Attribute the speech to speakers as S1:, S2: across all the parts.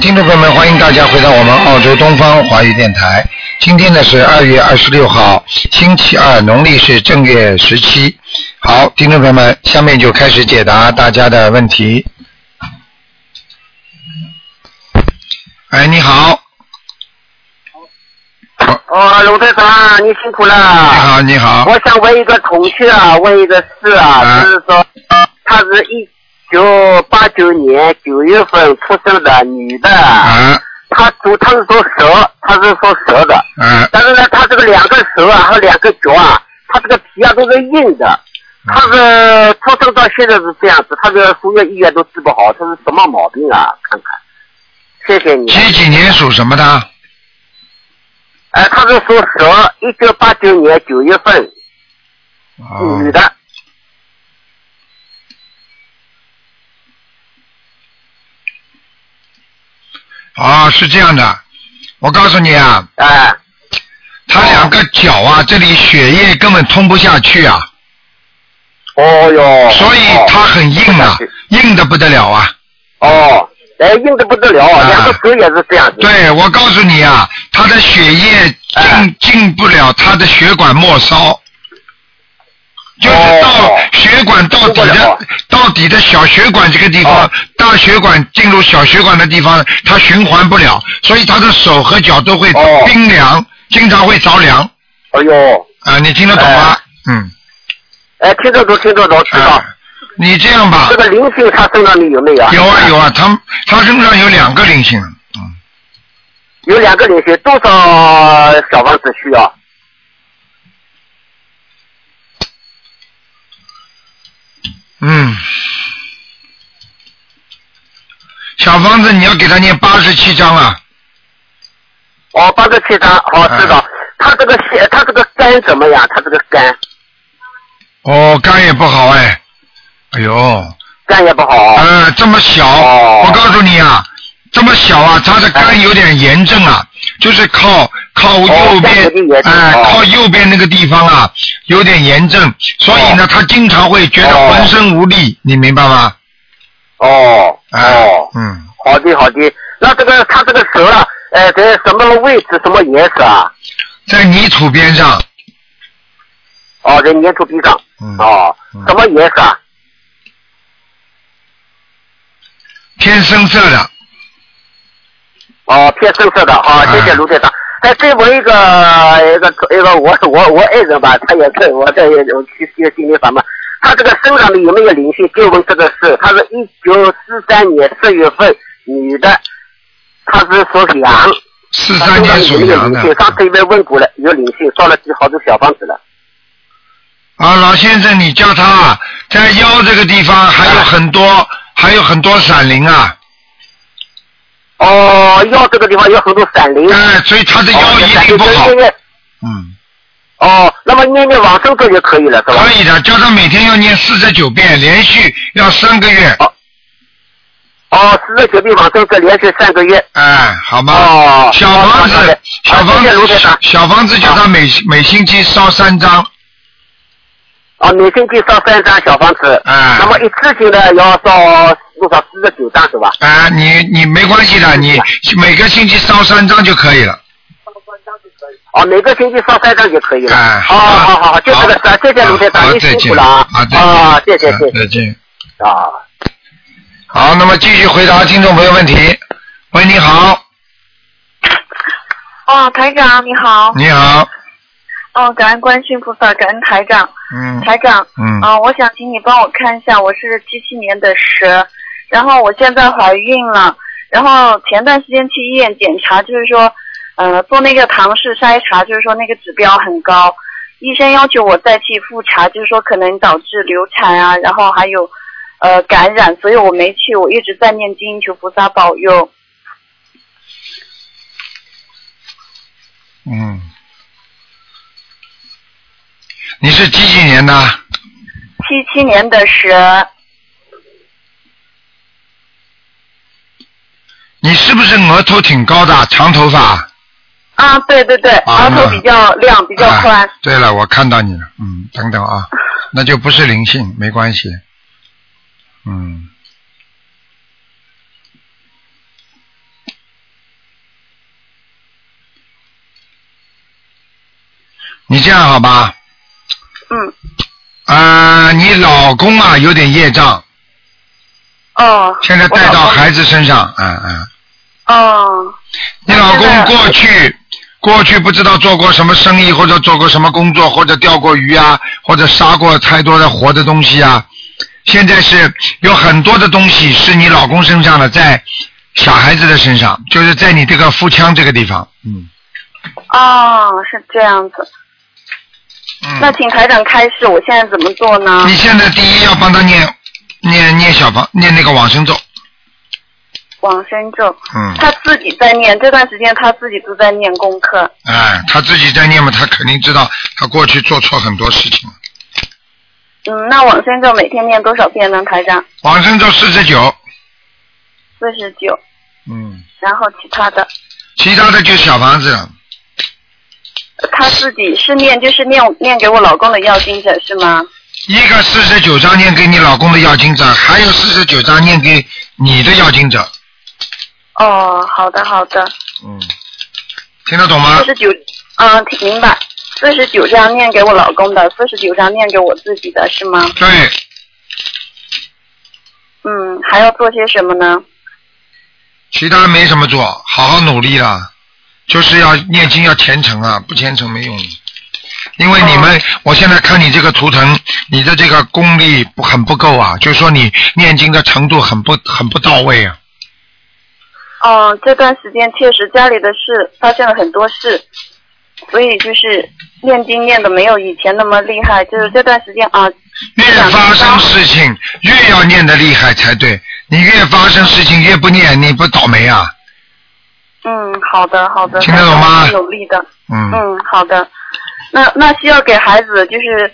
S1: 听众朋友们，欢迎大家回到我们澳洲东方华语电台。今天呢是二月二十六号，星期二，农历是正月十七。好，听众朋友们，下面就开始解答大家的问题。哎，你好，
S2: 哦，卢队长，你辛苦了。
S1: 你好，你好，
S2: 我想问一个同学啊，问一个事啊，
S1: 啊
S2: 就是说，她是一九八九年九月份出生的女的，
S1: 啊
S2: 她属她是属蛇，她是属蛇的，
S1: 啊
S2: 但是呢，她这个两个手啊和两个脚啊，她这个皮啊都是硬的。
S1: 嗯
S2: 她是出生到现在是这样子，她这个输液医院都治不好，她是什么毛病啊？看看，谢谢你。
S1: 几几年属什么的？
S2: 哎、她是属蛇，一九八九年九月份，
S1: 哦
S2: 女，的。
S1: 哦，是这样的，我告诉你啊，
S2: 哎、
S1: 他两个脚啊，这里血液根本通不下去啊，
S2: 哦哟，
S1: 所以他很硬啊，硬的不得了啊。
S2: 哦，哎，硬的不得了，
S1: 啊
S2: 两个手也是这样子。，
S1: 对，我告诉你啊，他的血液进、
S2: 哎
S1: 进不了他的血管末梢，就是到、
S2: 哦
S1: 血管到底
S2: 出不了
S1: 的到底的小血管这个地方，
S2: 哦
S1: 大血管进入小血管的地方，它循环不了，所以他的手和脚都会
S2: 哦
S1: 冰凉，经常会着凉
S2: 哎呦，
S1: 啊、你听得懂吗？嗯，
S2: 哎，听得懂，听得懂，知道
S1: 啊。，你这样吧
S2: 这，个灵性他身上里有没有啊？
S1: 有啊有啊，他他身上有两个灵性，嗯，
S2: 有两个灵性，多少小房子需要？
S1: 嗯，小房子你要给他念八十七章啊，
S2: 哦，八个七张，好，
S1: 哎
S2: 知道。他这个血，他这个肝怎么样？他这个肝，
S1: 哦，肝也不好哎，哎呦，
S2: 肝也不好。
S1: 呃，这么小，
S2: 哦
S1: 我告诉你啊，这么小啊，他的肝有点炎症啊，就是靠靠右
S2: 哦肝
S1: 边
S2: 有点，炎症
S1: 哎、
S2: 哦
S1: 靠右边那个地方啊，有点炎症，所以呢，他经常会觉得浑身无力，你明白吗？
S2: 哦，
S1: 哎
S2: 哦，
S1: 嗯，
S2: 好的，好的。那这个他这个蛇啊，哎，在什么位置，什么颜色啊？
S1: 在泥土边上，
S2: 哦，在粘土壁上。
S1: 嗯，
S2: 哦
S1: 嗯，
S2: 什么颜色啊？
S1: 天深色的，
S2: 哦，偏深色的，好、
S1: 嗯
S2: 谢谢卢队长。哎，对我一个一个一个我我我爱人吧，他也是我在我去去心理法嘛。他这个身上的有没有灵性？就问这个事。他是一九四三年四月份，女的，她是属羊。
S1: 四
S2: 她
S1: 三
S2: 身上
S1: 年
S2: 有
S1: 属
S2: 没有
S1: 羊
S2: 灵
S1: 的
S2: 性？。上次也问过了，有灵性，烧了几好多小房子了。
S1: 啊，老先生，你叫他啊在腰这个地方还有很
S2: 哎
S1: 多，还有很多闪灵啊，
S2: 哦，腰这个地方有很多闪灵。
S1: 哎，所以他的腰
S2: 哦
S1: 一
S2: 闪
S1: 定
S2: 灵
S1: 不好
S2: 就。念
S1: 嗯，
S2: 哦，那么念念往生咒就可以了，是吧？
S1: 可以的，叫他每天要念四十九遍，连续要三个月，
S2: 哦，四十九遍往生咒连续三个月。
S1: 哎，好吗？
S2: 哦，
S1: 小房
S2: 好
S1: 子
S2: 的，
S1: 小
S2: 好
S1: 房
S2: 谢谢卢
S1: 子
S2: 台长，
S1: 小房子叫他每每星期烧三张，
S2: 哦，每星期烧三张小房子，
S1: 哎
S2: 那么一次性的要烧多少四十九张是吧？
S1: 哎，你你没关系的，你每个星期烧三张就可以了，
S2: 哦，每个星期烧三张就可以了。哦
S1: 哎，
S2: 好
S1: 吧
S2: 好好好，就这个事儿，谢谢卢台
S1: 好
S2: 长，您
S1: 再
S2: 辛
S1: 见
S2: 苦了啊！
S1: 好，再见
S2: 啊，谢谢
S1: 啊
S2: 谢谢
S1: 再见。
S2: 啊。
S1: 好，那么继续回答听众朋友问题。喂，你好，
S3: 哦，台长你好。
S1: 你好，
S3: 哦，感恩观世音菩萨，感恩台长。
S1: 嗯
S3: 台长，
S1: 嗯
S3: 啊、我想请你帮我看一下，我是七七年的蛇，然后我现在怀孕了，然后前段时间去医院检查，就是说，呃，做那个唐氏筛查，就是说那个指标很高，医生要求我再去复查，就是说可能导致流产啊，然后还有，呃，感染，所以我没去，我一直在念经求菩萨保佑。
S1: 嗯，你是几几年的？
S3: 七七年的蛇，
S1: 你是不是额头挺高的，长头发？
S3: 啊，对对对，
S1: 啊
S3: 额头比较亮，比较宽
S1: 啊。对了，我看到你了，嗯，等等 啊，那就不是灵性，没关系，嗯，你这样好吧？
S4: 嗯，
S1: 啊、你老公啊有点业障，
S4: 哦。
S1: 现在
S4: 我
S1: 带
S4: 老
S1: 到
S4: 公
S1: 孩子身上，嗯嗯。
S4: 哦，
S1: 你老
S4: 现
S1: 公
S4: 在
S1: 过去过去不知道做过什么生意，或者做过什么工作，或者钓过鱼啊，或者杀过太多的活的东西啊。现在是有很多的东西是你老公身上的，在小孩子的身上，就是在你这个腹腔这个地方。嗯
S4: 哦，是这样子。那
S1: 嗯。
S4: 请台长开示，我现在怎么做呢？
S1: 你现在第一要帮他念念念小房念那个往生咒。
S4: 往生咒，
S1: 嗯。
S4: 他自己在念，这段时间他自己都在念功课。
S1: 哎，他自己在念嘛，他肯定知道他过去做错很多事情。
S4: 嗯，那往生咒每天念多少遍呢，台长？
S1: 往生咒四十九。
S4: 四十九，
S1: 嗯。
S4: 然后其他的，
S1: 其他的就是小房子了。
S4: 他自己是念，就是念念给我老公的要经者是吗？
S1: 一个四十九张念给你老公的要经者，还有四十九张念给你的要经者。
S4: 哦，好的好的，
S1: 嗯，听得懂吗
S4: 四？十九，嗯，听明白。四十九张念给我老公的，四十九张念给我自己的是吗？
S1: 对，
S4: 嗯，还要做些什么呢？
S1: 其他没什么做，好好努力啦，就是要念经要虔诚啊，不虔诚没用的。因为你们，我现在看你这个图腾，你的这个功力不很不够啊，就是说你念经的程度很不很不到位啊。
S4: 嗯，这段时间确实家里的事发生了很多事，所以就是念经念的没有以前那么厉害，就是这段时间啊，
S1: 越发生事情越要念的厉害才对，你越发生事情越不念，你不倒霉啊？
S4: 嗯，好的好的，
S1: 听得懂吗
S4: 非常努力的，
S1: 嗯
S4: 嗯，好的。那那需要给孩子就是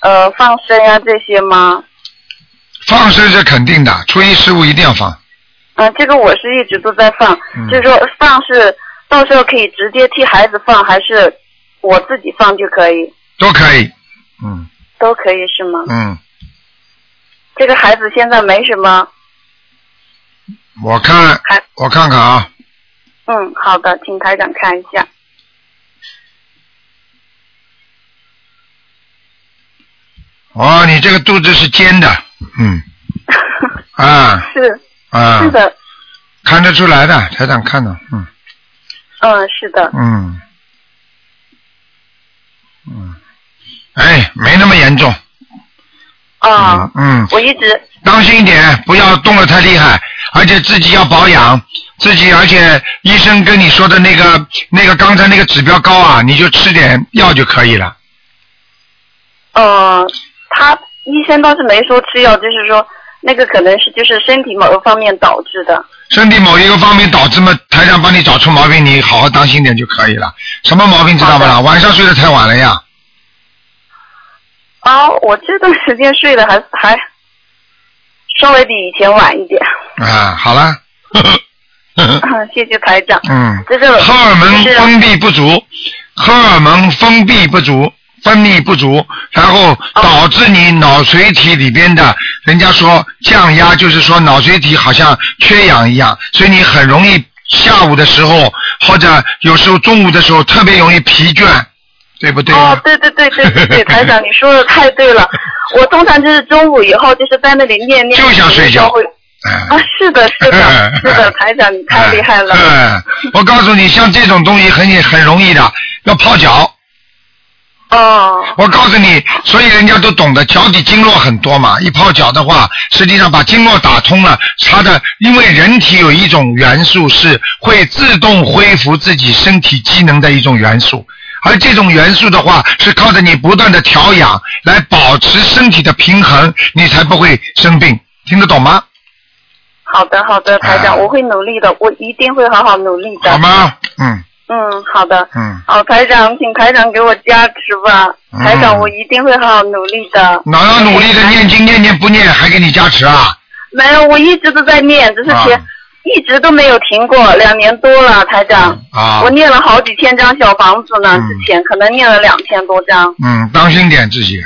S4: 呃放生啊这些吗？
S1: 放生是肯定的，初一十五一定要放。
S4: 嗯、这个我是一直都在放，
S1: 嗯
S4: 就是说放是到时候可以直接替孩子放，还是我自己放就可以？
S1: 都可以。嗯
S4: 都可以是吗？
S1: 嗯，
S4: 这个孩子现在没什么，
S1: 我看
S4: 还
S1: 我看看啊，
S4: 嗯，好的，请台长看一下。
S1: 哦，你这个肚子是尖的，嗯啊
S4: 是
S1: 啊
S4: 是，的，
S1: 看得出来的，台长看到，嗯
S4: 嗯，是的，
S1: 嗯嗯，哎，没那么严重，
S4: 啊、
S1: 嗯嗯，
S4: 我一直
S1: 当心一点，不要动得太厉害，而且自己要保养，自己而且医生跟你说的那个那个刚才那个指标高啊，你就吃点药就可以了。
S4: 呃，他医生倒是没说吃药，就是说那个可能是就是身体某个方面导致的。
S1: 身体某一个方面导致嘛，台长帮你找出毛病，你好好当心点就可以了。什么毛病知道不啦？晚上睡得太晚了呀。
S4: 啊，我这段时间睡得还还稍微比以前晚一点。
S1: 啊，好 了。
S4: 啊谢谢台长，
S1: 嗯，
S4: 这是啊
S1: 荷尔蒙
S4: 是啊
S1: 封闭不足，荷尔蒙封闭不足，分泌不足，然后导致你脑髓体里边的，人家说降压，就是说脑髓体好像缺氧一样，所以你很容易下午的时候或者有时候中午的时候特别容易疲倦，对不对啊？
S4: 哦，对对对对对 对，台长，你说的太对了。我通常就是中午以后，就是在那里念念，
S1: 就想睡觉
S4: 会
S1: 哎
S4: 啊，是的，是 的，是的，台长，你太厉害了。哦
S1: 嗯，我告诉你，像这种东西很很容易的，要泡脚。
S4: 哦，
S1: 我告诉你，所以人家都懂得，脚底经络很多嘛。一泡脚的话，实际上把经络打通了，它的因为人体有一种元素是会自动恢复自己身体机能的一种元素，而这种元素的话是靠着你不断的调养来保持身体的平衡，你才不会生病。听得懂吗？
S4: 好的，好的，台长，
S1: 哎
S4: 我会努力的，我一定会好好努力的
S1: 好。吗？嗯
S4: 嗯，好的。
S1: 嗯。
S4: 哦，台长，请台长给我加持吧。
S1: 嗯
S4: 台长，我一定会好好努力的。
S1: 哪要努力的念经念念不念，还给你加持啊？
S4: 没有，我一直都在念，只是
S1: 啊
S4: 前、一直都没有停过，两年多了，台长。
S1: 啊
S4: 我，念了好几千张小房子呢，
S1: 嗯
S4: 之前可能念了两千多张。
S1: 嗯，当心点自己，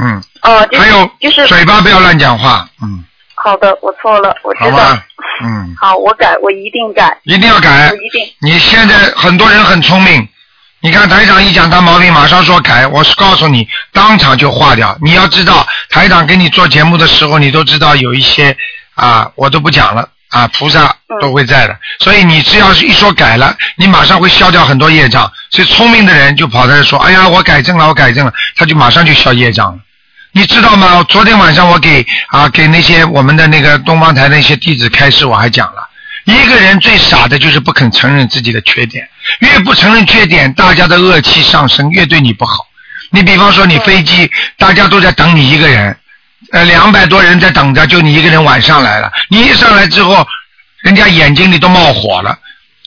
S1: 嗯，
S4: 哦、就是
S1: 还有
S4: 就是
S1: 嘴巴不要乱讲话，嗯，
S4: 好的，我错了，我
S1: 好
S4: 知道
S1: 吧。，嗯，
S4: 好，我改，我一定改，
S1: 一定要改
S4: 我。一定。
S1: 你现在很多人很聪明，你看台长一讲他毛病，马上说改，我是告诉你，当场就化掉。你要知道，台长跟你做节目的时候，你都知道有一些啊，我都不讲了啊，菩萨都会在的。所以你只要是一说改了，你马上会消掉很多业障。所以聪明的人就跑来说，哎呀，我改正了，我改正了，他就马上就消业障了。你知道吗？昨天晚上我给啊给那些我们的那个东方台那些弟子开示，我还讲了，一个人最傻的就是不肯承认自己的缺点，越不承认缺点，大家的恶气上升，越对你不好。你比方说你飞机，大家都在等你一个人，呃，两百多人在等着，就你一个人晚上来了，你一上来之后，人家眼睛里都冒火了。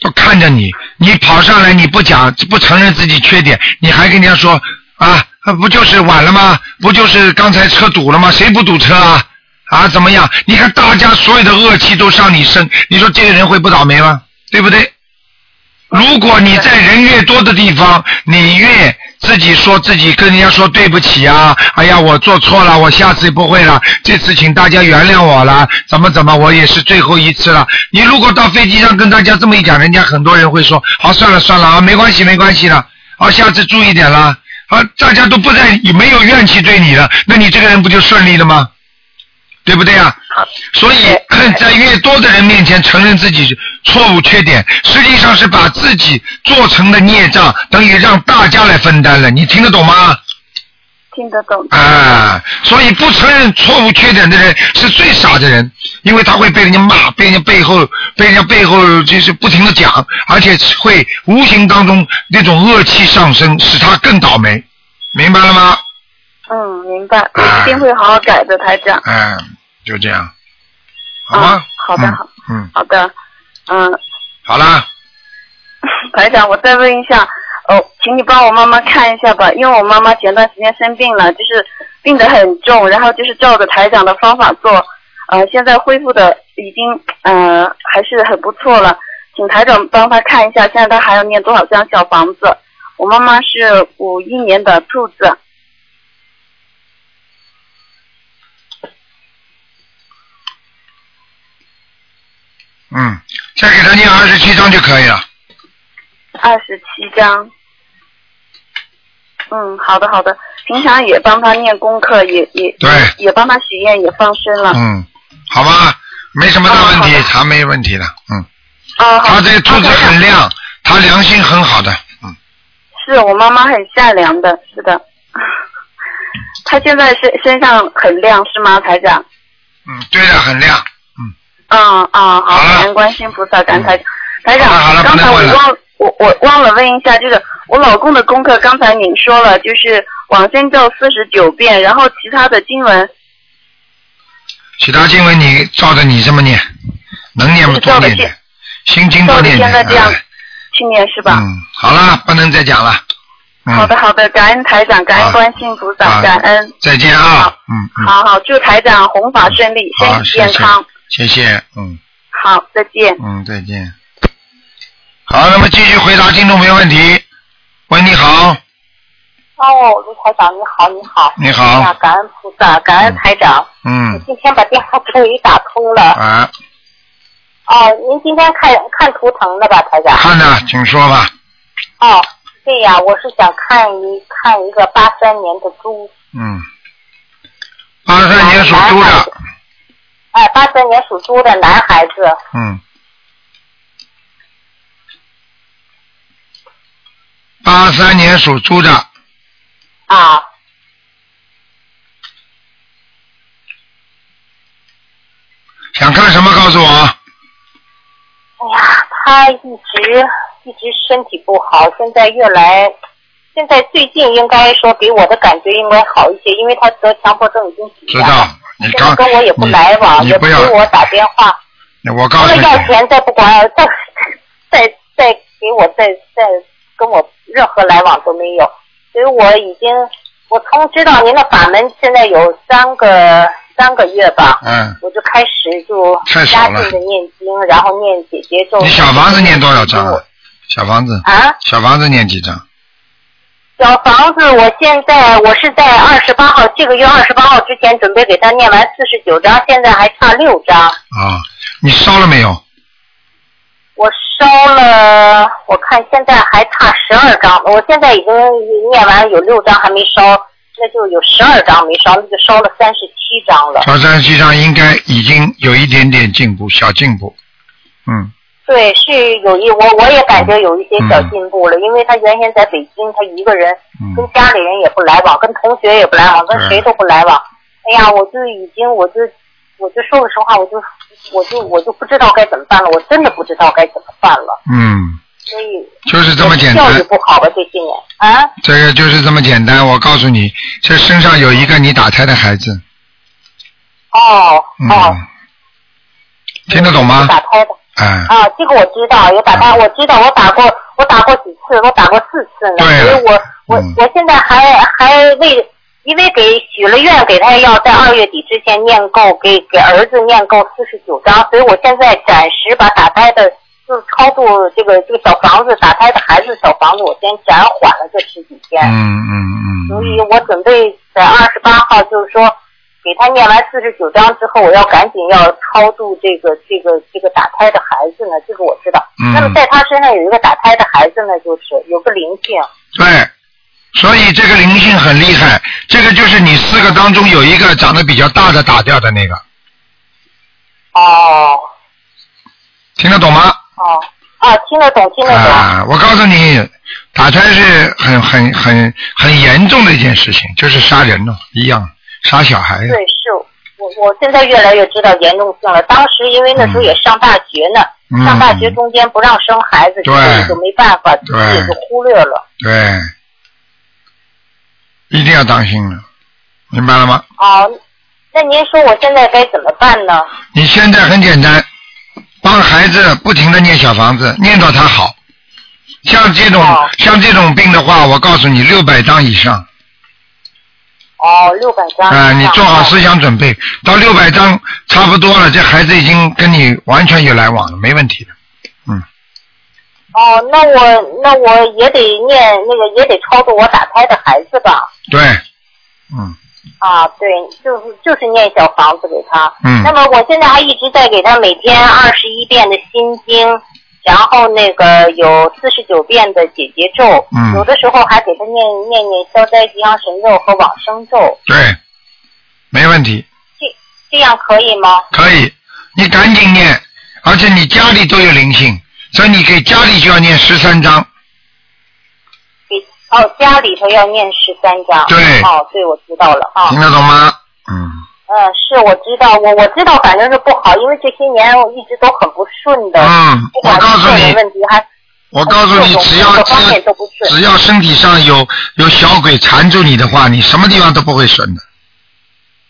S1: 都看着你，你跑上来你不讲不承认自己缺点，你还跟人家说啊，啊不就是晚了吗？不就是刚才车堵了吗？谁不堵车啊？啊，怎么样？你看大家所有的恶气都上你身，你说这个人会不倒霉吗？对不对？如果你在人越多的地方，你越自己说自己跟人家说对不起啊，哎呀，我做错了，我下次不会了，这次请大家原谅我了，怎么怎么，我也是最后一次了。你如果到飞机上跟大家这么一讲，人家很多人会说，好，算了算了啊，没关系没关系了，啊，下次注意点啦，啊，大家都不再没有怨气对你了，那你这个人不就顺利了吗？对不对啊？所以 在越多的人面前承认自己错误缺点，实际上是把自己做成的孽障，等于让大家来分担了。你听得懂吗？
S3: 听得懂。
S1: 啊，所以不承认错误缺点的人是最傻的人，因为他会被人家骂，被人家背后被人家背后就是不停的讲，而且会无形当中那种恶气上升，使他更倒霉。明白了吗？
S3: 嗯，明白，我
S1: 哎
S3: 一定会好好改的，台长。
S1: 嗯，就这样，好吗？
S3: 啊好的
S1: 嗯
S3: 好，
S1: 嗯，
S3: 好的，嗯，
S1: 好啦，
S3: 台长，我再问一下，哦，请你帮我妈妈看一下吧，因为我妈妈前段时间生病了，就是病得很重，然后就是照着台长的方法做，呃，现在恢复的已经呃还是很不错了，请台长帮她看一下，现在她还要念多少张小房子？我妈妈是五一年的兔子，
S1: 嗯，再给他念二十七章就可以了。
S3: 二十七张。嗯，好的好的，平常也帮她念功课，也也
S1: 对，
S3: 也帮她许愿，也放生了。
S1: 嗯，好吧，没什么大问题，他没问题的，嗯，
S3: 啊，好
S1: 他这个兔子
S3: 好台长
S1: 很亮，他良心很好的，嗯，
S3: 是我妈妈很善良的，是的。 她现在身身上很亮是吗，台长？
S1: 嗯，对的，很亮，嗯，
S3: 嗯嗯，好，
S1: 好了
S3: 感恩观世音菩萨，感恩台长。台长
S1: 好了好了，
S3: 刚才
S1: 不能
S3: 我
S1: 问了
S3: 忘我我忘了问一下，就是我老公的功课，刚才您说了，就是往生咒四十九遍，然后其他的经文
S1: 其他经文你照着你这么念，能念吗？多念
S3: 照着
S1: 点，心经
S3: 照
S1: 多
S3: 着
S1: 念
S3: 现
S1: 点，
S3: 在这样
S1: 哎
S3: 去念是吧？
S1: 嗯，好了，不能再讲了，嗯，
S3: 好的，好的，感恩台长，感
S1: 好
S3: 恩观世音菩萨，
S1: 好
S3: 感恩。
S1: 再见啊
S3: 好，
S1: 嗯嗯，
S3: 好好，祝台长弘法顺利，身
S1: 好，
S3: 体
S1: 谢
S3: 健
S1: 谢
S3: 康。，
S1: 谢谢，嗯。
S3: 好，再见。
S1: 嗯，再见。好，那么继续回答听众朋友问题。喂，你好，
S4: 哦，卢台长，你好，你好。
S1: 你
S4: 哎呀
S1: 好，
S4: 感恩菩萨，感恩台长。
S1: 嗯
S4: 今天把电话终于打通了。
S1: 啊，嗯
S4: 哦，您今天看看图腾了吧，台长？
S1: 看呢，请说吧。
S4: 哦，对呀，我是想看一看一个八三年的猪，
S1: 嗯，八三年属猪
S4: 男孩
S1: 的
S4: 子，哎，八三年属猪的男孩子。
S1: 嗯，八三年属猪的，
S4: 啊，
S1: 想看什么告诉我？
S4: 哎呀，他一直一直身体不好，现在越来，现在最近应该说给我的感觉应该好一些，因为他得强迫症已经几
S1: 知
S4: 年了
S1: 道。，你
S4: 现在
S1: 刚
S4: 跟我也不来往，
S1: 你
S4: 也
S1: 你
S4: 不
S1: 不
S4: 给
S1: 要，
S4: 我打电话。
S1: 我告
S4: 除
S1: 诉
S4: 了
S1: 你，
S4: 要钱，再不管，再再再给我再再跟我任何来往都没有，所以我已经我从知道您的法门现在有三个三个月吧，
S1: 嗯，
S4: 我就开始就
S1: 太少
S4: 加
S1: 了
S4: 劲的念经，然后念姐姐咒。
S1: 你小房子念多少张啊？小房子，
S4: 啊，
S1: 小房子念几张？
S4: 小房子，我现在我是在二十八号，这个月二十八号之前准备给他念完四十九章，现在还差六章。
S1: 啊，你烧了没有？
S4: 我烧了，我我看现在还差十二张，我现在已经念完有六张还没烧，那就有十二张没烧，那就烧了三十七张了。
S1: 朝山西上应该已经有一点点进步，小进步。嗯，
S4: 对，是有一我我也感觉有一些小进步了，因为他原先在北京，他一个人
S1: 嗯
S4: 跟家里人也不来往，跟同学也不来往，跟
S1: 对
S4: 谁都不来往。哎呀，我就已经，我就我就说个实话，我就我就我就不知道该怎么办了，我真的不知道该怎么办了。
S1: 嗯，
S4: 所以
S1: 就是这么简
S4: 教育
S1: 单，
S4: 不好吧，这些年啊，
S1: 这个就是这么简单。我告诉你，这身上有一个你打胎的孩子。
S4: 哦、哦
S1: 嗯，，听得懂吗？嗯
S4: 打胎的
S1: 哎，
S4: 啊，这个我知道，也打胎，我知道，我打过，我打过几次，我打过四次呢，
S1: 对
S4: 所以我我、
S1: 嗯
S4: 我现在还还为。因为给许了愿，给他要在二月底之前念够，给给儿子念够四十九章，所以我现在暂时把打胎的，就是超度这个这个小房子打胎的孩子小房子，我先暂缓了这十几天。
S1: 嗯嗯
S4: 所以
S1: 嗯，
S4: 我准备在二十八号，就是说给他念完四十九章之后，我要赶紧要超度这个这个这个打胎的孩子呢，这个我知道。
S1: 嗯
S4: 那么在他身上有一个打胎的孩子呢，就是有个灵性。
S1: 对。所以这个灵性很厉害，这个就是你四个当中有一个长得比较大的打掉的那个，
S4: 哦
S1: 听得懂吗？
S4: 哦啊，听得懂，听得懂。
S1: 啊，我告诉你，打胎是很很很很严重的一件事情，就是杀人了，一样杀小孩的
S4: 对，是我我现在越来越知道严重性了。当时因为那时候也上大学呢，
S1: 嗯
S4: 上大学中间不让生孩子，
S1: 对
S4: 所以就没办法，自己也就忽略了。
S1: 对，一定要当心了，明白了吗？
S4: 哦，那您说我现在该怎么办呢？
S1: 你现在很简单，帮孩子不停的念小房子，念到他好。像这种、
S4: 哦
S1: 像这种病的话，我告诉你，六百张以上
S4: 哦，六百张。
S1: 啊、你做好思想准备，到六百张差不多了，这孩子已经跟你完全有来往了，没问题的。
S4: 哦，那我那我也得念那个，也得超度我打胎的孩子吧。
S1: 对，嗯
S4: 啊，对，就是就是念小房子给他。
S1: 嗯
S4: 那么我现在还一直在给他每天二十一遍的心经，然后那个有四十九遍的解结咒，
S1: 嗯
S4: 有的时候还给他念念念消灾吉祥神咒和往生咒，
S1: 对，没问题，
S4: 这样可以吗？
S1: 可以。你赶紧念，而且你家里都有灵性，所以你给家里就要念十三章。
S4: 给哦，家里头要念十三章。
S1: 对
S4: 哦，对，我知道了啊。
S1: 听得懂吗？嗯，
S4: 嗯，是我知道，我我知道，反正是不好，因为这些年我一直都很不顺的，
S1: 嗯
S4: 不管
S1: 我告
S4: 是
S1: 诉
S4: 个
S1: 你
S4: 人问题还
S1: 我告诉你，
S4: 各种
S1: 只要
S4: 各
S1: 只
S4: 方面都
S1: 要
S4: 不顺
S1: 只要身体上有有小鬼缠住你的话，你什么地方都不会顺的，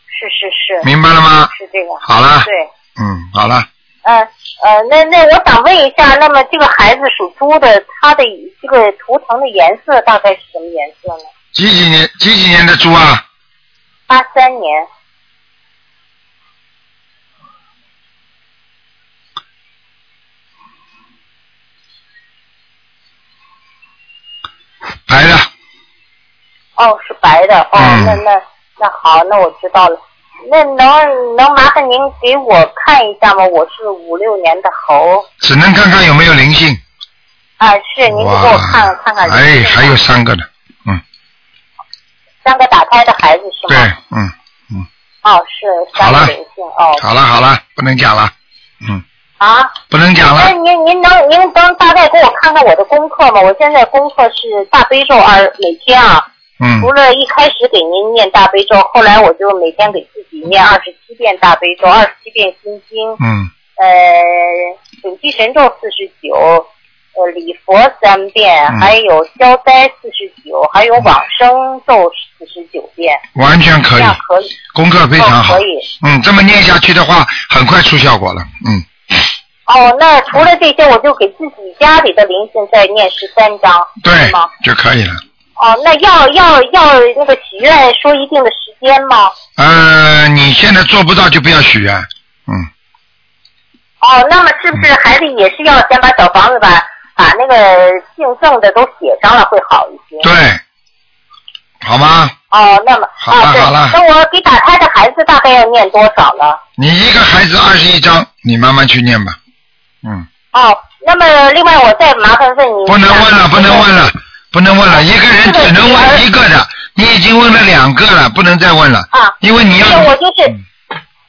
S4: 是是是
S1: 明白了吗？
S4: 是这个，
S1: 好了，
S4: 对，
S1: 嗯，好了，
S4: 嗯呃，那那我想问一下，那么这个孩子属猪的，他的这个图腾的颜色大概是什么颜色呢？
S1: 几几年几几年的猪啊？
S4: 八三年，
S1: 白的，
S4: 哦，是白的，哦，
S1: 嗯
S4: 那那那好，那我知道了。那能能麻烦您给我看一下吗？我是五六年的猴，
S1: 只能看看有没有灵性。
S4: 啊，是您就给我看看看看。
S1: 哎，还有三个呢，嗯，
S4: 三个打胎的孩子是
S1: 对
S4: 吗？，
S1: 嗯，
S4: 哦，是三
S1: 好
S4: 个
S1: 了
S4: 灵性哦。
S1: 好了好了，不能讲了，嗯，
S4: 啊，
S1: 不能讲
S4: 那
S1: 了，
S4: 您您能您能大概给我看看我的功课吗？我现在功课是大悲咒二每天啊，
S1: 嗯
S4: 除了一开始给您念大悲咒，后来我就每天给自己念二十七遍大悲咒，二十七遍心经，
S1: 嗯
S4: 呃，准提神咒四十九，呃，礼佛三遍，
S1: 嗯
S4: 还有消灾四十九，还有往生咒四十九遍，
S1: 完全可
S4: 这
S1: 以
S4: 样，可以。
S1: 功课非常好
S4: 哦可以，
S1: 嗯，这么念下去的话，很快出效果了，嗯，
S4: 哦，那除了这些，我就给自己家里的灵性再念十三章，
S1: 对
S4: 是吗？，
S1: 就可以了。
S4: 哦，那要要要那个许愿说一定的时间吗？
S1: 呃，你现在做不到就不要许愿，嗯，
S4: 哦，那么是不是孩子也是要先把小房子把把那个姓郑的都写上了会好一些？
S1: 对，好吗？
S4: 哦，那么
S1: 好了
S4: 啊，对
S1: 好了
S4: 那我给打胎的孩子大概要念多少呢？
S1: 你一个孩子二十一章，你慢慢去念吧，嗯，
S4: 哦，那么另外我再麻烦问您
S1: 不能问了，不能问了，不能问了，一个人只能问一个的，你已经问了两个了，不能再问了，
S4: 啊，
S1: 因为你要嗯
S4: 因为我就是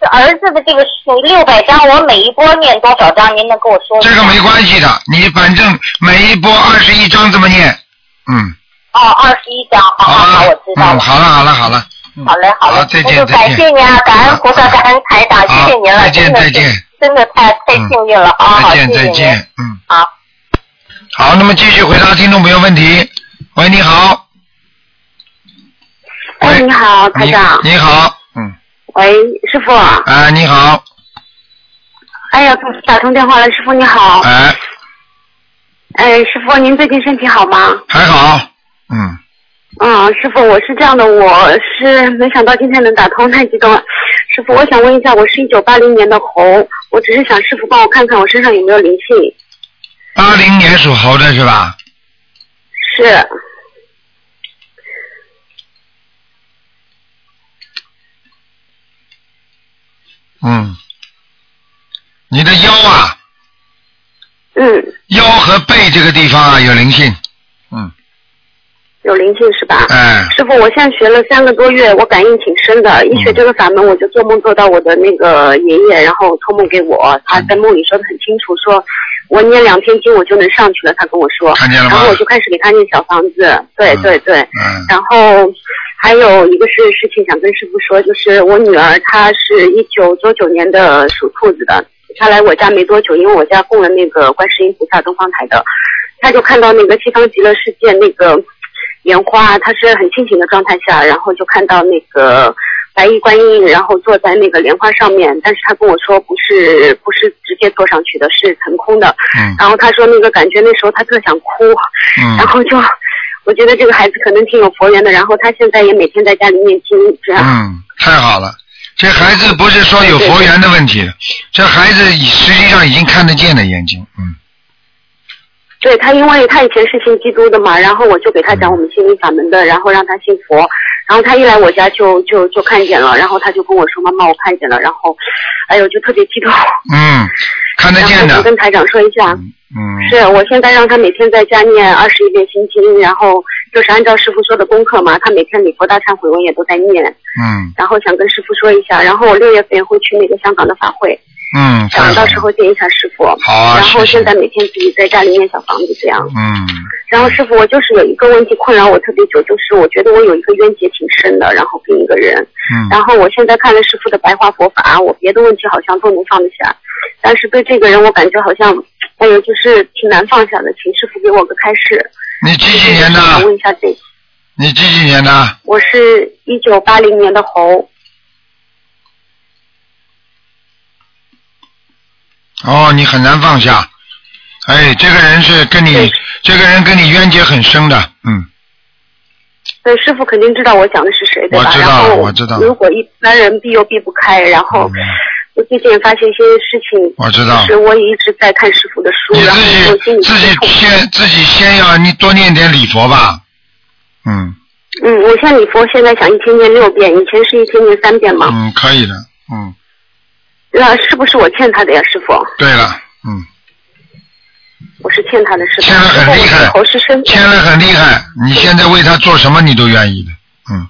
S4: 这儿子的这个六百张，我每一波念多少张？您能跟我说一下？
S1: 这个没关系的，你反正每一波二十一章这么念，嗯，
S4: 哦，二十一张，好好
S1: 好
S4: 哦好，我
S1: 了
S4: 知，道
S1: 嗯，
S4: 了。
S1: 好了好了好了，嗯
S4: 好嘞，好嘞，
S1: 好再见
S4: 那就感
S1: 再见
S4: 谢您啊，感恩菩萨，感恩台长，
S1: 好
S4: 谢谢您了，
S1: 再见
S4: 真的是
S1: 再见，
S4: 真的太太
S1: 嗯
S4: 幸运了啊，好
S1: 再
S4: 谢
S1: 见
S4: 谢
S1: 再
S4: 您，啊
S1: 见，嗯，
S4: 好。
S1: 好，那么继续回答听众朋友问题。喂，你好，
S5: 哎，
S1: 喂
S5: 你好，台
S4: 啊
S5: 长。
S1: 你你好，嗯，
S5: 喂，师傅。
S1: 啊，你好，
S5: 哎呀，打通电话了，师傅你好。
S1: 哎，
S5: 哎，师傅，您最近身体好吗？
S1: 还好，嗯，
S5: 嗯，师傅，我是这样的，我是没想到今天能打通，太激动了。师傅，我想问一下，我是一九八零年的猴，我只是想师傅帮我看看我身上有没有灵性。
S1: 八零年属猴的是吧？
S5: 是，
S1: 嗯，你的腰啊，
S5: 嗯，
S1: 腰和背这个地方啊有灵性，嗯，
S5: 有灵性是吧？
S1: 哎，
S5: 师傅，我现在学了三个多月，我感应挺深的。一
S1: 嗯
S5: 学这个法门，我就做梦做到我的那个爷爷，然后托梦给我，他
S1: 嗯
S5: 在梦里说的很清楚，说我念两天经我就能上去了，他跟我说。
S1: 看见了
S5: 然
S1: 吗？
S5: 后我就开始给他念小房子，对
S1: 嗯
S5: 对对。
S1: 嗯
S5: 然后还有一个是事情想跟师傅说，就是我女儿她是一九九九年的属兔子的，她来我家没多久，因为我家供了那个观世音菩萨东方台的，她就看到那个西方极乐世界那个莲花，啊她是很清醒的状态下，然后就看到那个。白衣观音，然后坐在那个莲花上面，但是她跟我说不是不是直接坐上去的，是腾空的。
S1: 嗯
S5: 然后她说那个感觉那时候她特想哭，然
S1: 嗯
S5: 后就我觉得这个孩子可能挺有佛缘的，然后他现在也每天在家里念经，这样、
S1: 嗯，太好了。这孩子不是说有佛缘的问题，这孩子已实际上已经看得见的眼睛，嗯
S5: 对他，因为他以前是信基督的嘛，然后我就给他讲我们心灵法门的，然后让他信佛，然后他一来我家就就就看见了，然后他就跟我说妈妈我看见了，然后哎呦就特别激动，
S1: 嗯，看得
S5: 然
S1: 见
S5: 后我
S1: 的，
S5: 跟台长说一下。
S1: 嗯
S5: 是我现在让他每天在家念二十一遍心经，然后就是按照师傅说的功课嘛，他每天礼佛大忏悔文也都在念，
S1: 嗯
S5: 然后想跟师傅说一下，然后我六月份也会去那个香港的法会，
S1: 嗯，太
S5: 想
S1: 好
S5: 到时
S1: 了。
S5: 候见一下师傅。
S1: 好啊，
S5: 然后
S1: 谢谢
S5: 现在每天自己在家里念小房子这样。
S1: 嗯
S5: 然后师傅，我就是有一个问题困扰我特别久，就是我觉得我有一个冤结挺深的，然后跟一个人。
S1: 嗯
S5: 然后我现在看了师傅的白话佛法，我别的问题好像都能放得下，但是对这个人我感觉好像，哎呦，就是挺难放下的，请师傅给我个开示。
S1: 你几几年
S5: 我想
S1: 的？
S5: 问一下这，
S1: 你几几年的？
S5: 我是一九八零年的猴，
S1: 哦，你很难放下。哎，这个人是跟你
S5: 对，
S1: 这个人跟你冤结很深的，嗯
S5: 对，师傅肯定知道我讲的是谁，对吧？
S1: 我知道
S5: 然后
S1: 我知道
S5: 如果一般人避又避不开，然后
S1: 嗯
S5: 我最近也发现一些事情，
S1: 我哦知道
S5: 就是我也一直在看师傅的书，
S1: 你
S5: 然后我心
S1: 自
S5: 里
S1: 己自己
S5: 痛。
S1: 先自己先要你多念点礼佛吧，嗯
S5: 嗯，我像你佛现在想一天念六遍，以前是一天念三遍嘛。
S1: 嗯，可以的，嗯，
S5: 那、是不是我欠他的呀，师傅？
S1: 对了，嗯，
S5: 我是欠他的，师傅。
S1: 欠得很
S5: 师傅
S1: 厉害
S5: 我是猴是身
S1: 欠了很厉害，你现在为他做什么你都愿意的，嗯，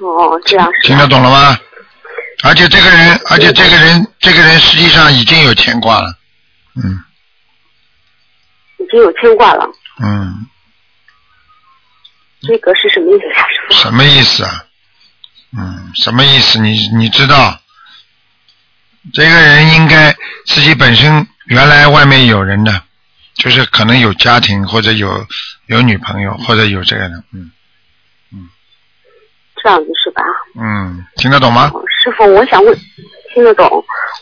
S5: 哦，这样是
S1: 听
S5: 吧
S1: 得懂了吗？而且这个人，而且这个人，这个人实际上已经有牵挂了，嗯
S5: 已经有牵挂了，
S1: 嗯，
S5: 这个是什么意思呀，师傅？
S1: 什么意思啊？嗯，什么意思？你你知道，这个人应该自己本身原来外面有人的，就是可能有家庭或者有有女朋友或者有这个的，嗯
S5: 这样子是吧？
S1: 嗯，听得懂吗？
S5: 哦师傅，我想问，听得懂？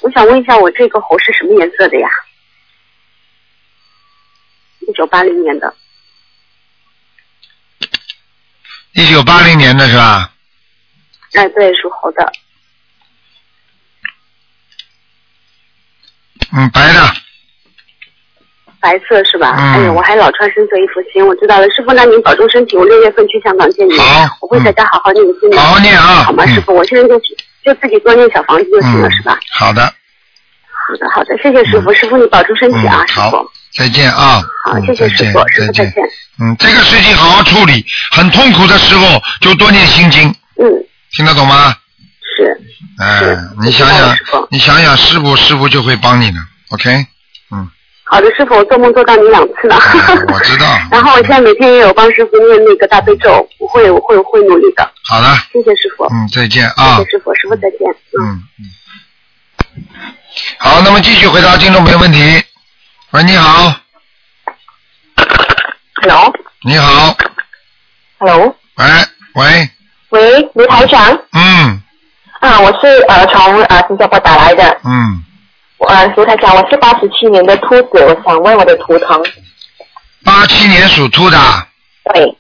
S5: 我想问一下，我这个猴是什么颜色的呀？一九八零年的，
S1: 一九八零年的是吧？
S5: 哎，对，属猴的，
S1: 嗯，白的，
S5: 白色是吧？
S1: 嗯
S5: 哎呀，我还老穿深色衣服，行，我知道了。师傅，那您保重身体，我六月份去香港见您
S1: 好，
S5: 我会在家好好念经的，
S1: 好好念啊
S5: 好吗，
S1: 嗯
S5: 师傅？我现在就去，就自己多念小房子就行了，
S1: 嗯
S5: 是吧？，
S1: 好的，
S5: 好的，好的，谢谢师傅，师傅你保重身体啊
S1: 嗯，
S5: 师
S1: 好
S5: 傅。
S1: 再见啊，
S5: 好，
S1: 嗯
S5: 谢谢
S1: 再
S5: 师
S1: 见
S5: 傅，师
S1: 再
S5: 傅再
S1: 见
S5: 见。。
S1: 嗯，这个事情好好处理，很痛苦的时候就多念心经，
S5: 嗯，
S1: 听得懂吗？
S5: 是
S1: 哎、
S5: 是
S1: 你想
S5: 我知道
S1: 想
S5: 了师傅，
S1: 你想想，师傅师傅就会帮你的，OK？嗯，
S5: 好的，师傅，我做梦做到你两次了。
S1: 哎我知道
S5: 然后我现在每天也有帮师傅念那个大悲咒，我会我会我会努力的，
S1: 好了，
S5: 谢谢师傅，
S1: 嗯，再见啊
S5: 谢谢，师傅，师傅再见。嗯
S1: 嗯嗯。好，那么继续回答听众朋友问题。喂，你好，
S4: Hello
S1: 你好，
S4: Hello，
S1: 喂喂，
S4: 喂，卢台长
S1: 嗯
S4: 啊，我是呃从呃新加坡打来的，
S1: 嗯，
S4: 我呃卢台长，我是八十七年的兔子，我想问我的图腾，
S1: 八七年属兔的，
S4: 对，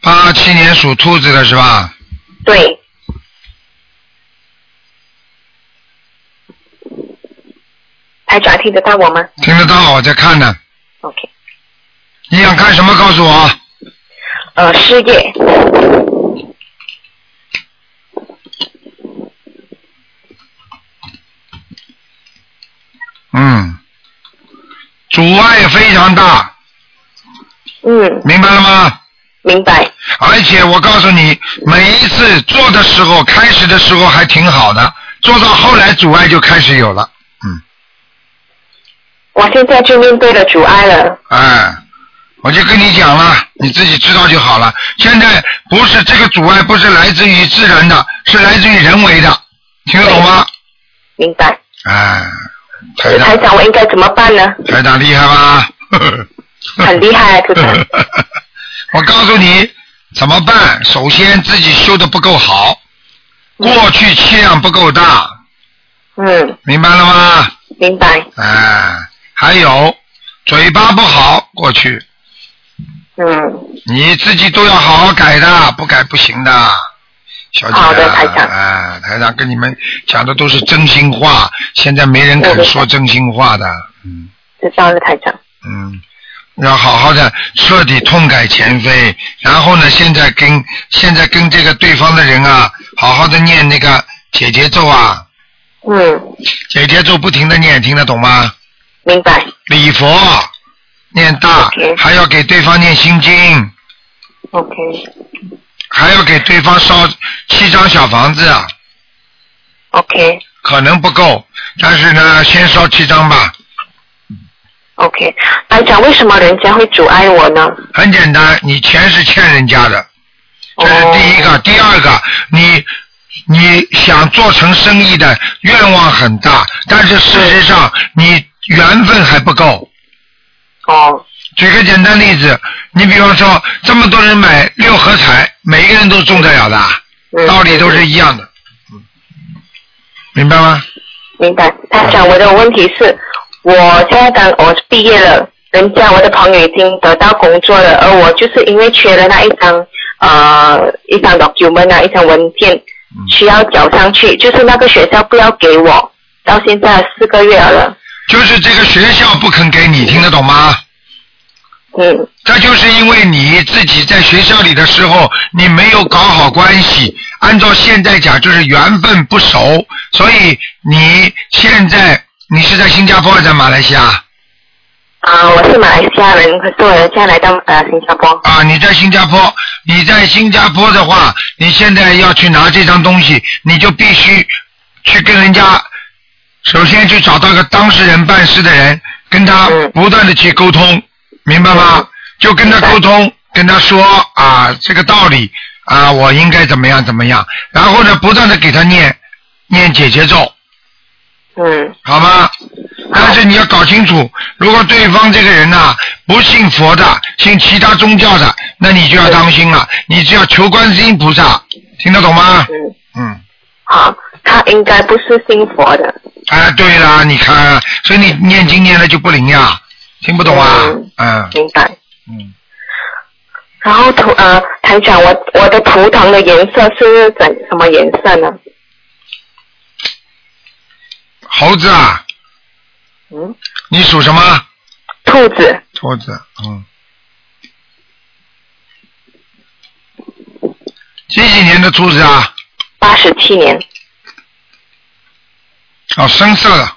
S1: 八七年属兔子的是吧？
S4: 对，台长听得到我吗
S1: 听得到，我在看呢。
S4: ？OK，
S1: 你想看什么？告诉我。
S4: 呃，事业，
S1: 嗯，阻碍非常大，
S4: 嗯，
S1: 明白了吗？
S4: 明白，
S1: 而且我告诉你，每一次做的时候，开始的时候还挺好的，做到后来阻碍就开始有了。嗯，
S4: 我现在就面对了阻碍了，
S1: 哎，我就跟你讲了，你自己知道就好了。现在不是这个阻碍，不是来自于自然的，是来自于人为的，听得懂吗？
S4: 明白，
S1: 哎，台
S4: 台
S1: 长，
S4: 长我应该怎么办呢？
S1: 台长厉害 吧？
S4: 很厉害，
S1: 嗯
S4: 台长。
S1: 我告诉你怎么办。首先自己修的不够好，过去气量不够大，
S4: 嗯，
S1: 明白了吗？
S4: 明白。
S1: 哎，还有嘴巴不好，过去
S4: 嗯，
S1: 你自己都要好好改的，不改不行的。小姐、啊，
S4: 好的台长
S1: 哎，台长跟你们讲的都是真心话，现在没人
S4: 我
S1: 肯
S4: 的
S1: 说真心话的，嗯
S4: 知道了，台长。
S1: 嗯，要好好的彻底痛改前非，然后呢，现在跟现在跟这个对方的人啊，好好的念那个姐姐咒啊，
S4: 嗯，
S1: 姐姐咒不停的念，听得懂吗？
S4: 明白。
S1: 礼佛，念大
S4: OK
S1: 还要给对方念心经，
S4: OK，
S1: 还要给对方烧七张小房子，啊
S4: OK，
S1: 可能不够，但是呢，先烧七张吧。
S4: OK。台长，为什么人家会阻碍我呢？
S1: 很简单，你钱是欠人家的，这是
S4: 哦
S1: 第一个。第二个，你你想做成生意的愿望很大，但是事实上你缘分还不够。
S4: 哦，
S1: 举个简单例子，你比方说这么多人买六合彩，每一个人都中得了的。
S4: 嗯，
S1: 道理都是一样的，嗯明白吗？
S4: 明白。台长，我的问题是，我现在刚我毕业了，人家我的朋友已经得到工作了，而我就是因为缺了那一张呃一张 document 啊那一张文件，
S1: 嗯
S4: 需要交上去，就是那个学校不要给我，到现在四个月了。
S1: 就是这个学校不肯给你，听得懂吗？
S4: 嗯，
S1: 这就是因为你自己在学校里的时候，你没有搞好关系。按照现在讲，就是缘分不熟，所以你现在你是在新加坡还是在马来西亚
S4: 啊，我是马来西亚人，可是我现在来到呃新加坡。
S1: 啊？你在新加坡，你在新加坡的话，你现在要去拿这张东西，你就必须去跟人家首先去找到个当事人办事的人，跟他
S4: 嗯
S1: 不断的去沟通，明白吗
S4: 嗯？
S1: 就跟他
S4: 明白
S1: 沟通，跟他说啊这个道理啊，我应该怎么样怎么样，然后呢，不断的给他念念解结咒，
S4: 嗯
S1: 好吗？但是你要搞清楚，如果对方这个人呐、不信佛的，信其他宗教的，那你就要当心了，你只要求观世音菩萨，听得懂吗？
S4: 嗯，
S1: 嗯。
S4: 好，啊他应该不是信佛的。
S1: 啊，对啦，你看，所以你念经念的就不灵呀，听不懂啊？嗯
S4: 明白。
S1: 嗯，
S4: 然后图呃，台长，我我的图腾的颜色是怎什么颜色呢？
S1: 猴子啊，
S4: 嗯，
S1: 你属什么？
S4: 兔子。
S1: 兔子，嗯，几几年的兔子啊？
S4: 八十七年，
S1: 哦，深色的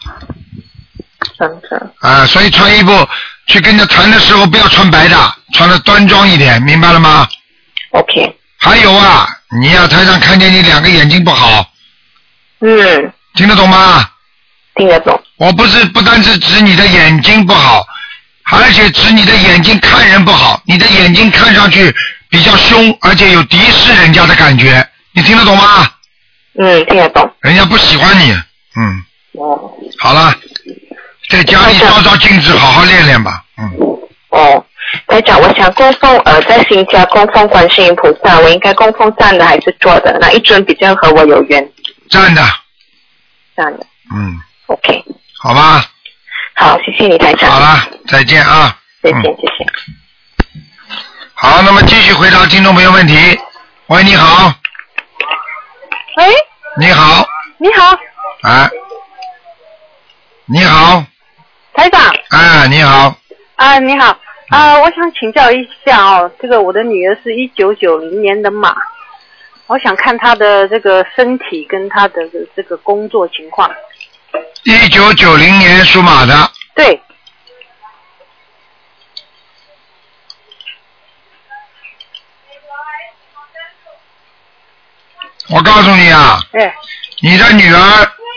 S4: 真的。
S1: 啊，所以穿衣服去跟着谈的时候不要穿白的，穿的端庄一点，明白了吗？
S4: OK，
S1: 还有啊，你呀、台上看见你两个眼睛不好，
S4: 嗯，
S1: 听得懂吗？
S4: 听得懂。
S1: 我不是不单是指你的眼睛不好，而且指你的眼睛看人不好，你的眼睛看上去比较凶，而且有敌视人家的感觉，你听得懂吗？
S4: 嗯，听得懂。
S1: 人家不喜欢你，嗯，
S4: 哦
S1: 好了，在家里照照镜子，好好练练吧，嗯，
S4: 哦，台长，我想供奉呃，在新家供奉观世音菩萨，我应该供奉站的还是坐的？哪一尊比较和我有缘？
S1: 站的，
S4: 站的。
S1: 嗯，
S4: OK，
S1: 好吧，
S4: 好，谢谢你，台长。
S1: 好了，再见啊，
S4: 再
S1: 嗯
S4: 见，谢谢。
S1: 好，那么继续回答听众朋友问题。喂，你好，
S5: 喂，
S1: 你好，
S5: 你好，
S1: 啊，你好，
S5: 台长
S1: 啊，你好，
S5: 啊，你好啊，我想请教一下哦，这个我的女儿是一九九零年的马，我想看她的这个身体跟她的这个工作情况。
S1: 一九九零年属马的，
S5: 对，
S1: 我告诉你啊，
S5: 哎，
S1: 你的女儿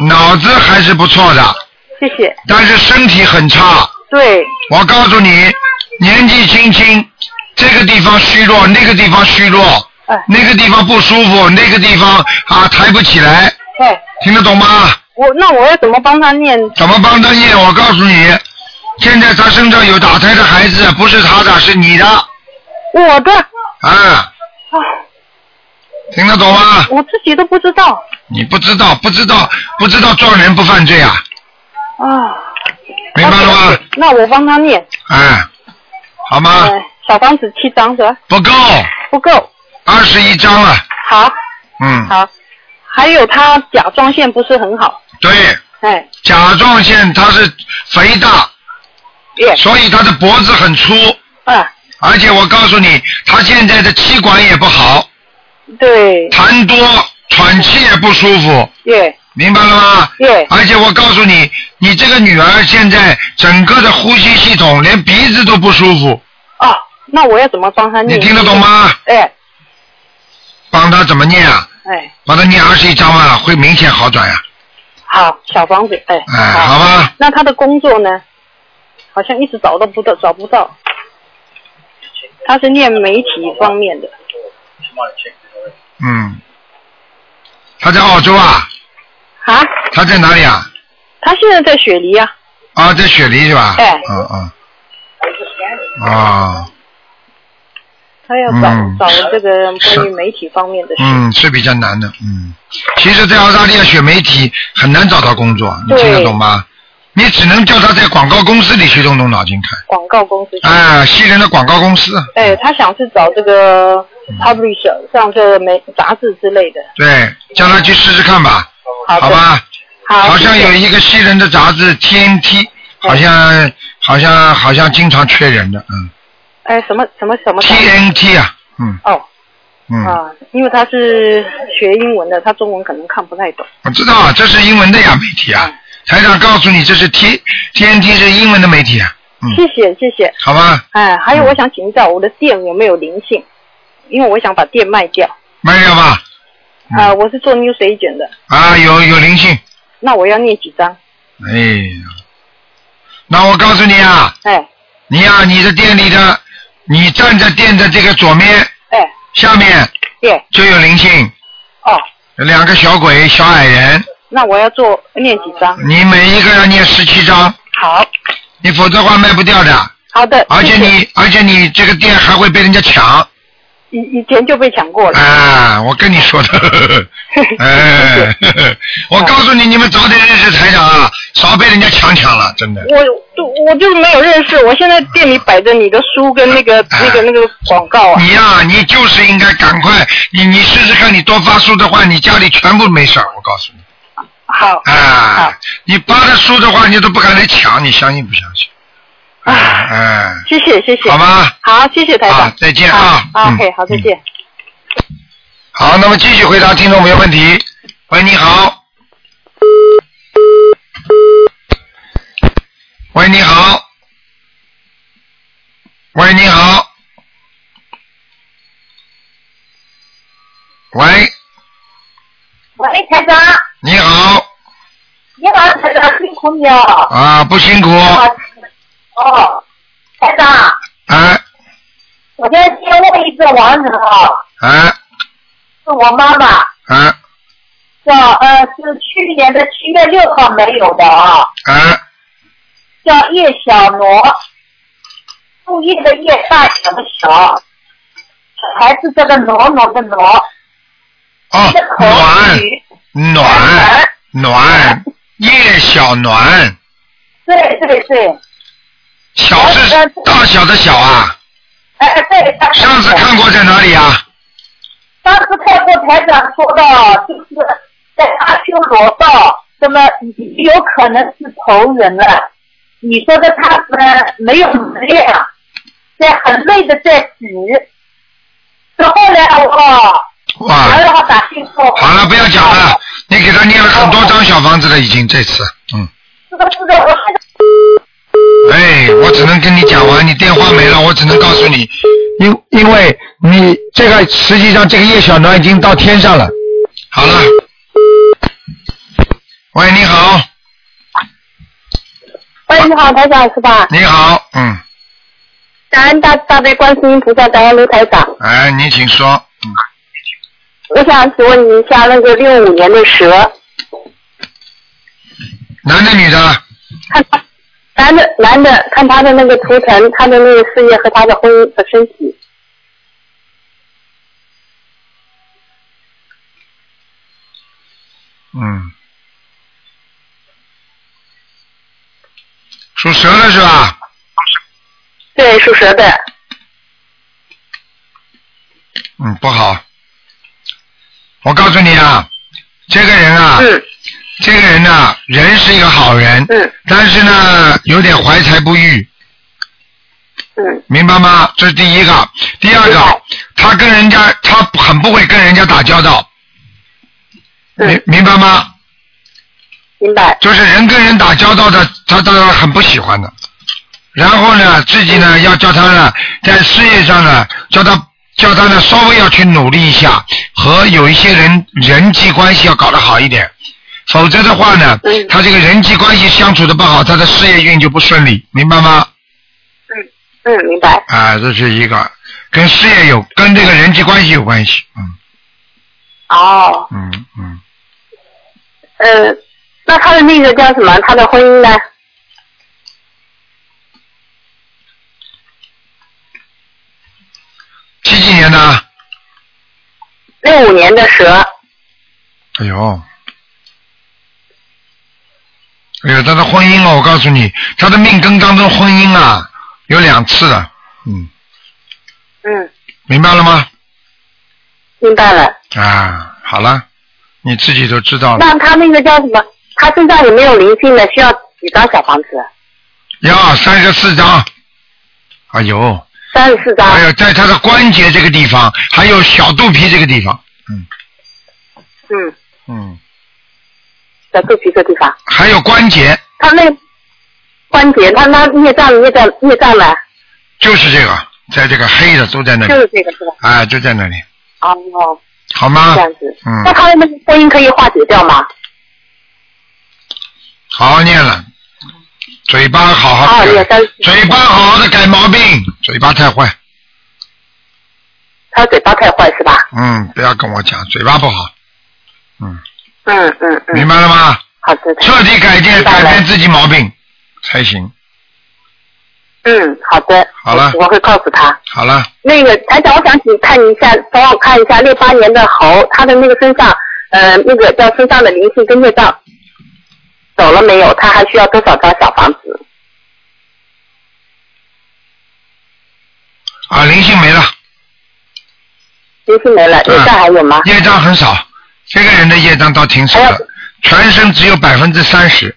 S1: 脑子还是不错的，
S5: 谢谢，
S1: 但是身体很差。
S5: 对，
S1: 我告诉你，年纪轻轻，这个地方虚弱，那个地方虚弱，
S5: 哎
S1: 那个地方不舒服，那个地方啊抬不起来，
S5: 哎，
S1: 听得懂吗？
S5: 我那我要怎么帮她念？
S1: 怎么帮他念？我告诉你，现在他身上有打胎的孩子，不是他的，是你的，
S5: 我的
S1: 啊，
S5: 啊，
S1: 听得懂吗？
S5: 我自己都不知道
S1: 你不知道，不知道，不知道撞人不犯罪啊，
S5: 啊，
S1: 明白了吗？啊
S5: 那我帮她念，
S1: 哎，好吗？
S5: 呃，小房子七张是吧？
S1: 不够，
S5: 不够，
S1: 二十一张了，
S5: 好，
S1: 嗯，
S5: 好，还有她甲状腺不是很好，
S1: 对，
S5: 哎，
S1: 甲状腺它是肥大，
S5: 耶，
S1: 所以他的脖子很粗，
S5: 啊，
S1: 而且我告诉你，他现在的气管也不好，
S5: 对，
S1: 痰多，喘气也不舒服，
S5: 耶，
S1: 明白了吗？
S5: 耶，
S1: 而且我告诉你，你这个女儿现在整个的呼吸系统连鼻子都不舒服，
S5: 哦，那我要怎么帮她
S1: 你
S5: 念？
S1: 听得懂？吗？
S5: 哎，
S1: 帮她怎么念啊？
S5: 哎，
S1: 帮她念二十一章嘛，会明显好转呀、
S5: 好，小房子，哎，
S1: 哎，好吧，
S5: 那他的工作呢？好像一直找都不到，找不到。他是念媒体方面的，
S1: 嗯。她在澳洲啊？
S5: 啊，
S1: 她在哪里啊？
S5: 他现在在雪梨啊，
S1: 啊，在雪梨是吧？
S5: 哎
S1: 嗯嗯。啊，
S5: 他要找、
S1: 嗯
S5: 找这个
S1: 是
S5: 关于媒体方面的事。
S1: 嗯，是比较难的，嗯。其实，在澳大利亚学媒体很难找到工作，你
S5: 对
S1: 听得懂吗？你只能叫他在广告公司里去动动脑筋看。
S5: 广告公司，
S1: 啊，西人的广告公司，
S5: 哎，他想是找这个 publisher，像这个媒杂志之类的。
S1: 对，叫他去试试看吧，
S5: 好的，
S1: 吧？
S5: 好，
S1: 好像
S5: 谢谢
S1: 有一个西人的杂志 TNT，好像好像好像经常缺人的，嗯
S5: 哎什么什么什么杂志
S1: ，TNT 啊，嗯
S5: 哦
S1: 嗯，
S5: 啊，因为他是学英文的，他中文可能看不太懂。
S1: 我知道啊，这是英文的呀，媒体
S5: 嗯
S1: 啊，台长告诉你，这是 T TNT 是英文的媒体啊，嗯，
S5: 谢谢谢谢，
S1: 好吧，
S5: 哎，还有
S1: 嗯
S5: 我想请教我的店有没有灵性，因为我想把店卖掉。
S1: 卖掉吧。嗯
S5: 啊、我是做 New 水卷的，
S1: 啊，有有灵性，
S5: 那我要念几张？
S1: 哎呀，那我告诉你啊，
S5: 哎
S1: 你呀、你的店里的，你站在店的这个左面
S5: 哎
S1: 下面
S5: 耶
S1: 就有灵性，
S5: 哦，
S1: 有两个小鬼小矮人，
S5: 那我要做念几张？
S1: 你每一个要念十七章，
S5: 好
S1: 你否则的话卖不掉的，
S5: 好的，
S1: 而且
S5: 谢谢
S1: 你而且你这个店还会被人家抢，
S5: 以以前就被抢过了，
S1: 啊，我跟你说 的，哎，我告诉你，你们早点认识台长啊，少被人家抢抢了，真的。
S5: 我就我就没有认识，我现在店里摆着你的书跟那
S1: 嗯
S5: 个、那个那个广告啊，
S1: 你呀、你就是应该赶快，你你试试看，你多发书的话，你家里全部没事儿，我告诉你。
S5: 好
S1: 啊
S5: 好，
S1: 你发的书的话，你都不敢来抢，你相信不相信？哎、哎，
S5: 谢谢谢谢，
S1: 好吧，
S5: 好谢谢台长
S1: 啊，，再见啊
S5: 好
S1: 嗯
S5: ，OK，好再见。
S1: 好，那么继续回答听众没问题。喂，你好。喂，你好。喂，你好。喂，
S4: 喂，台长，
S1: 你好。
S4: 你好，台长，辛苦你了。
S1: 啊，不辛苦。
S4: 哦，台长，
S1: 哎
S4: 我先先问一个王人啊，
S1: 哎
S4: 是我妈妈，
S1: 哎
S4: 叫呃是去年的七月六号没有的啊，
S1: 哎，
S4: 叫叶小挪，树叶的叶，大小的小，还是这个挪挪的挪，
S1: 哦
S4: 这个，口
S1: 暖
S4: 语，
S1: 暖暖，叶小暖，
S4: 对对对，
S1: 小是大小的小啊。
S4: 哎哎对，当时
S1: 上次看过在哪里啊？
S4: 当时泰国台长说到，就是在阿修罗道，那么有可能是投人了。你说的他们没有能量，在很累的在举。之后呢，我
S1: 哇，
S4: 然后打电话。
S1: 啊好了，不要讲了，你给他念了很多张小房子了，已经这次，嗯，
S4: 是的，是的，我现在
S1: 哎，我只能跟你讲完，你电话没了，我只能告诉你，因因为你这个实际上这个叶小暖已经到天上了。好了，喂，你好，
S5: 喂，你好，台长是吧？
S1: 你好，嗯，
S5: 感恩大大悲观世音菩萨，感恩卢台长。
S1: 哎，您请说，嗯，
S5: 我想请问你一下，那个六五年的蛇，
S1: 男的女的，
S5: 看他男的男的，看他的那个图腾，他的那个事业和他的婚姻和身体。
S1: 嗯，属蛇的是吧？
S5: 对，属蛇的。
S1: 嗯，不好。我告诉你啊，这个人啊，
S5: 嗯
S1: 这个人呢、啊人是一个好人，
S5: 嗯
S1: 但是呢，有点怀才不遇，
S5: 嗯
S1: 明白吗？这是第一个。第二
S5: 明白
S1: 个，他跟人家，他很不会跟人家打交道，明
S5: 嗯，
S1: 明白吗？
S5: 明白。
S1: 就是人跟人打交道的，他他他很不喜欢的。然后呢，自己呢要叫他呢，在事业上呢，叫他叫他呢稍微要去努力一下，和有一些人人际关系要搞得好一点，否则的话呢，
S5: 嗯
S1: 他这个人际关系相处的不好，他的事业运就不顺利，明白吗？
S5: 嗯，明白。
S1: 啊，这是一个跟事业有跟这个人际关系有关系，嗯
S5: 哦，
S1: 嗯嗯，
S5: 呃，那他的那个叫什么？他的婚姻呢？
S1: 几几年的？
S5: 六五年的蛇，
S1: 哎呦，哎呦，他的婚姻哦，我告诉你，他的命根当中婚姻啊有两次的，嗯，
S5: 嗯，
S1: 明白了吗？
S5: 明白了。
S1: 啊，好了，你自己都知道了，
S5: 那他那个叫什么？他身上有没有灵性的？需要几张小房子？
S1: 要三十四张，哎呦，
S5: 三十四张。
S1: 还有在他的关节这个地方，还有小肚皮这个地方，嗯
S5: 嗯，
S1: 嗯，
S5: 在肚皮这地方。
S1: 还有关节，
S5: 他那关节，他那孽障孽障孽障了，
S1: 就是这个，在这个黑的都在那
S5: 就
S1: 里，
S5: 是这个是吧？
S1: 啊，就在那里，
S5: 哦，
S1: 好
S5: 这
S1: 吗？
S5: 样子。
S1: 嗯
S5: 那他的那个婚姻可以化解掉吗？
S1: 好好念了，嘴巴好好
S5: 哦，
S1: 改
S5: 念三十四。
S1: 嘴巴好好的改毛病，嘴巴太坏，
S5: 他嘴巴太坏是吧？
S1: 嗯，不要跟我讲，嘴巴不好，嗯，
S5: 嗯嗯
S1: 明
S5: 嗯。
S1: 白了吗？
S5: 好的。
S1: 彻底改变
S5: 明白
S1: 改
S5: 了
S1: 变自己毛病才行。
S5: 嗯，好的。
S1: 好了
S5: 我会告诉他。
S1: 好了，
S5: 那个台长，我想请看一下，帮我看一下六八年的猴，他的那个身上，呃，那个叫身上的灵性跟业障走了没有？他还需要多少张小房子？
S1: 啊，灵性没了，
S5: 灵性没了，业障还有吗？
S1: 业障很少，这个人的业障倒挺少
S5: 还
S1: 的
S5: 有，
S1: 全身只有百分之三十，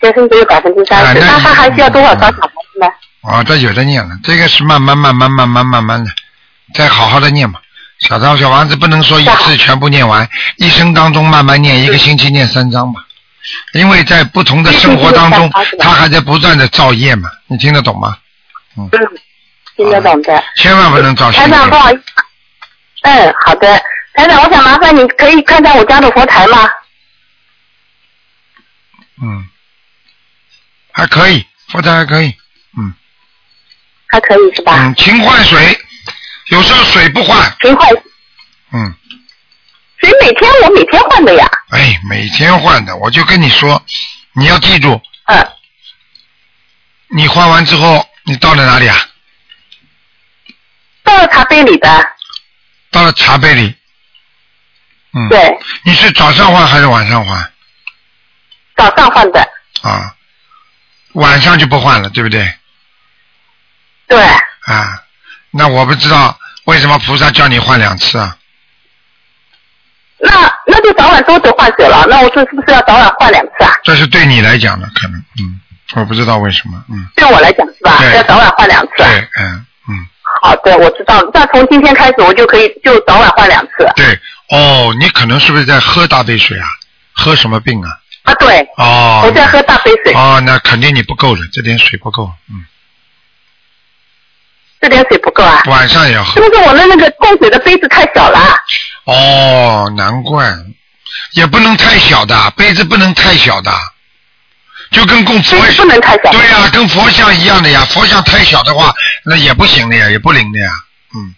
S5: 全身只有百分之三
S1: 啊
S5: 十，
S1: 那嗯
S5: 那他还需要多少张小房子呢？
S1: 啊，这有的念了，这个是慢慢慢慢慢慢慢慢的，再好好的念吧。小张小王子不能说一次全部念完，一生当中慢慢念，一个星期念三章吧。因为在不同的生活当中
S5: 一个星期念三章是，吧
S1: 他还在不断的造业嘛，你听得懂吗？
S5: 嗯听得懂的。
S1: 千万不能造新
S5: 台长，不
S1: 业。
S5: 好意思。嗯，好的。台长，我想麻烦你，可以看看我家的佛台吗？
S1: 嗯，还可以，佛台还可以。
S5: 还可以是吧？
S1: 嗯，勤换水，有时候水不换。
S5: 勤换，
S1: 嗯，
S5: 所以每天我每天换的呀。
S1: 哎，每天换的，我就跟你说，你要记住，
S5: 嗯，
S1: 你换完之后，你到了哪里啊？
S5: 倒到茶杯里的。
S1: 嗯到了茶杯里。嗯，
S5: 对，
S1: 你是早上换还是晚上换
S5: 早上换的。
S1: 啊？晚上就不换了，对不对？
S5: 对，
S1: 啊，那我不知道为什么菩萨叫你换两次啊？
S5: 那那就早晚都得换水了。那我这是不是要早晚换两次啊？
S1: 这是对你来讲的，可能，嗯，我不知道为什么，嗯，
S5: 对我来讲是吧？
S1: 对
S5: 要早晚换两次啊
S1: 对。，嗯嗯，
S5: 好的，我知道了。那从今天开始，我就可以就早晚换两次
S1: 对，哦，你可能是不是在喝大杯水啊？喝什么病啊？
S5: 啊。对，
S1: 哦，
S5: 我在喝大杯水，
S1: 哦，那肯定你不够了，这点水不够，嗯，
S5: 这点水不够啊。
S1: 晚上也要喝
S5: 是。不是我的那个供水的杯子太小了啊？
S1: 哦，难怪，也不能太小的杯子，不能太小的，就跟供佛
S5: 杯子不能太小。
S1: 对呀、跟佛像一样的呀，佛像太小的话，那也不行的呀，也不灵的呀，嗯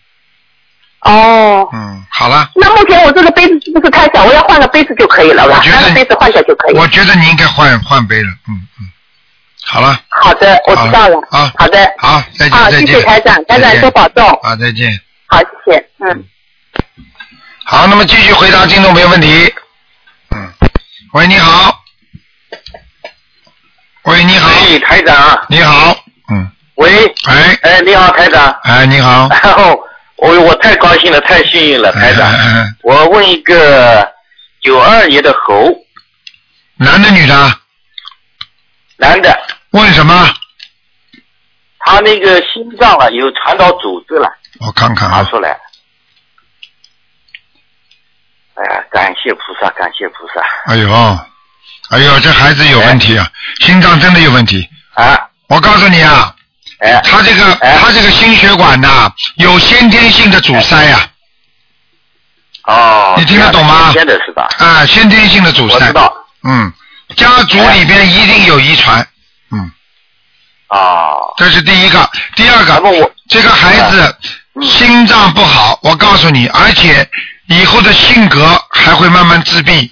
S5: 哦，
S1: 嗯，好了，
S5: 那目前我这个杯子是不是太小？我要换个杯子就可以了
S1: 我
S5: 吧？
S1: 觉得
S5: 换个杯子换掉就可以。
S1: 我觉得你应该换换杯了，嗯嗯，好了，
S5: 好的，我知道了。
S1: 好
S5: 好的，
S1: 好，再见
S5: 好，
S1: 再
S5: 啊谢
S1: 见
S5: 谢，台长，台
S1: 再
S5: 长
S1: 见
S5: 多保重。
S1: 啊，再见。
S5: 好，谢谢。嗯。
S1: 好，那么继续回答听众朋友问题。嗯，喂，你好。喂，你好，
S2: 哎，台长，
S1: 你好。嗯，
S2: 喂，
S1: 哎，
S2: 哎，你好，台长。
S1: 哎，你好，
S2: 然后我我太高兴了，太幸运了，台长
S1: 哎哎哎。
S2: 我问一个九二年的猴
S1: 男的女的？
S2: 男的，
S1: 问什么？
S2: 他那个心脏啊有传导组织了，
S1: 我看看
S2: 查
S1: 啊，
S2: 出来了。哎呀，感谢菩萨，感谢菩萨
S1: 哎呦，哎呦，这孩子有问题
S2: 哎
S1: 啊，心脏真的有问题。
S2: 啊！
S1: 我告诉你啊，
S2: 哎，
S1: 他这个
S2: 哎
S1: 他这个心血管呐、有先天性的阻塞啊呀、
S2: 哦，
S1: 你听得懂吗
S2: 现在是吧？
S1: 啊，先天性的阻
S2: 我
S1: 塞
S2: 知。道哎
S1: 嗯，家族里边一定有遗传。嗯，
S2: 哦，
S1: 这是第一个，第二
S2: 那
S1: 个
S2: 么，我
S1: 这个孩子
S2: 嗯
S1: 心脏不好，我告诉你，而且以后的性格还会慢慢自闭，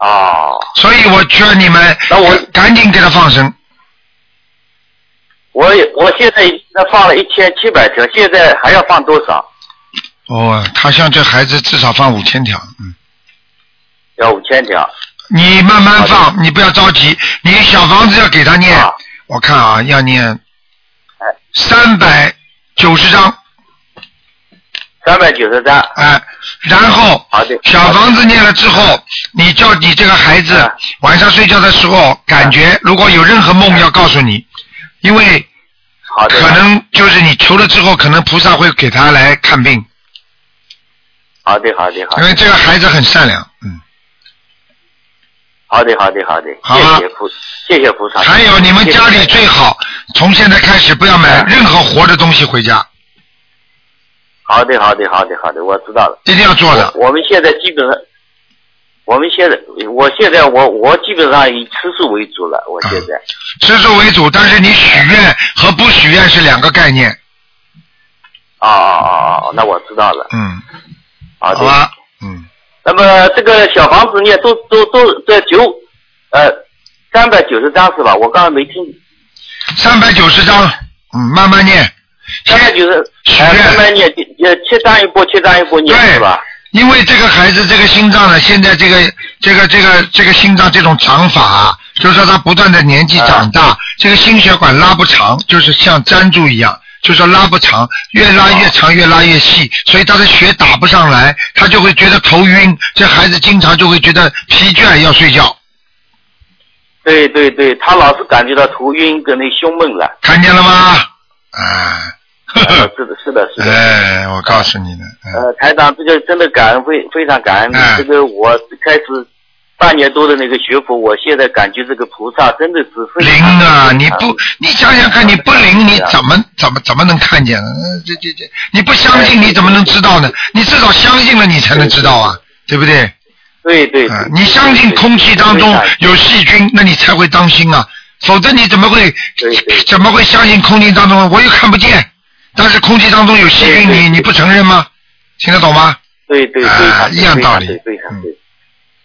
S2: 哦，
S1: 所以我劝你们，
S2: 那我
S1: 赶紧给他放生。
S2: 我也我现在那放了一千七百条，现在还要放多少？
S1: 哦，他像这孩子至少放五千条，嗯，
S2: 要五千条。
S1: 你慢慢放，你不要着急，你小房子要给他念，
S2: 啊
S1: 我看啊，要念
S2: 哎
S1: 三百九十张，
S2: 三百九十张。
S1: 哎，然后
S2: 好的。
S1: 小房子念了之后，你叫你这个孩子
S2: 啊
S1: 晚上睡觉的时候，感觉如果有任何梦要告诉你，因为
S2: 好的。
S1: 可能就是你求了之后，可能菩萨会给他来看病，
S2: 好的，好的，好
S1: 因
S2: 的，
S1: 为这个孩子很善良，嗯。
S2: 好的，好的，好的，
S1: 好吧
S2: 谢谢菩，谢谢菩萨。
S1: 还有你们家里最好从现在开始不要
S2: 啊
S1: 买任何活的东西回家，
S2: 好的，好的，好的，好的，我知道了。
S1: 一定要做的。
S2: 我我们现在基本上，我们现在，我现在我我基本上以吃素为主了，我现在。
S1: 吃素为主，但是你许愿和不许愿是两个概念，
S2: 哦哦哦哦，那我知道了。
S1: 嗯，
S2: 好
S1: 好
S2: 的。
S1: 吧，嗯，
S2: 那么这个小房子念都都都这九呃三百九十张是吧？我刚才没听。
S1: 三百九十章，嗯，慢慢念。
S2: 三百九十，
S1: 许
S2: 呃，
S1: 愿
S2: 慢慢念，呃，七张一波，七张一波念
S1: 对
S2: 是吧？
S1: 因为这个孩子这个心脏呢，现在这个这个这个这个心脏这种长法、啊，就是说他不断的年纪长大，这个心血管拉不长，就是像粘住一样，就是说拉不长，越拉越长，越拉越细，所以他的血打不上来，他就会觉得头晕，这孩子经常就会觉得疲倦，要睡觉，
S2: 对 对对，他老是感觉到头晕跟那胸闷了。
S1: 看见了吗？啊，
S2: 呃是的，是的，是 的。
S1: 哎，我告诉你的，哎
S2: 呃，台长，这个真的感恩，非非常感恩。
S1: 嗯
S2: 这个我开始半年多的那个学佛，我现在感觉这个菩萨真的是啊非
S1: 灵
S2: 常
S1: 啊！你不，你想想看，你不灵，你怎么怎么怎么能看见呢？呃这这这，你不相信，你怎么能知道呢？你至少相信了，你才能知道啊，对不对？
S2: 对对。
S1: 啊你相信空气当中有细菌，那你才会当心啊，否则你怎么会怎么会相信空气当中我又看不见，但是空气当中有细菌，你你不承认吗？听得懂吗？
S2: 对对对，
S1: 啊
S2: 非常
S1: 一样道理嗯
S2: 对非常对。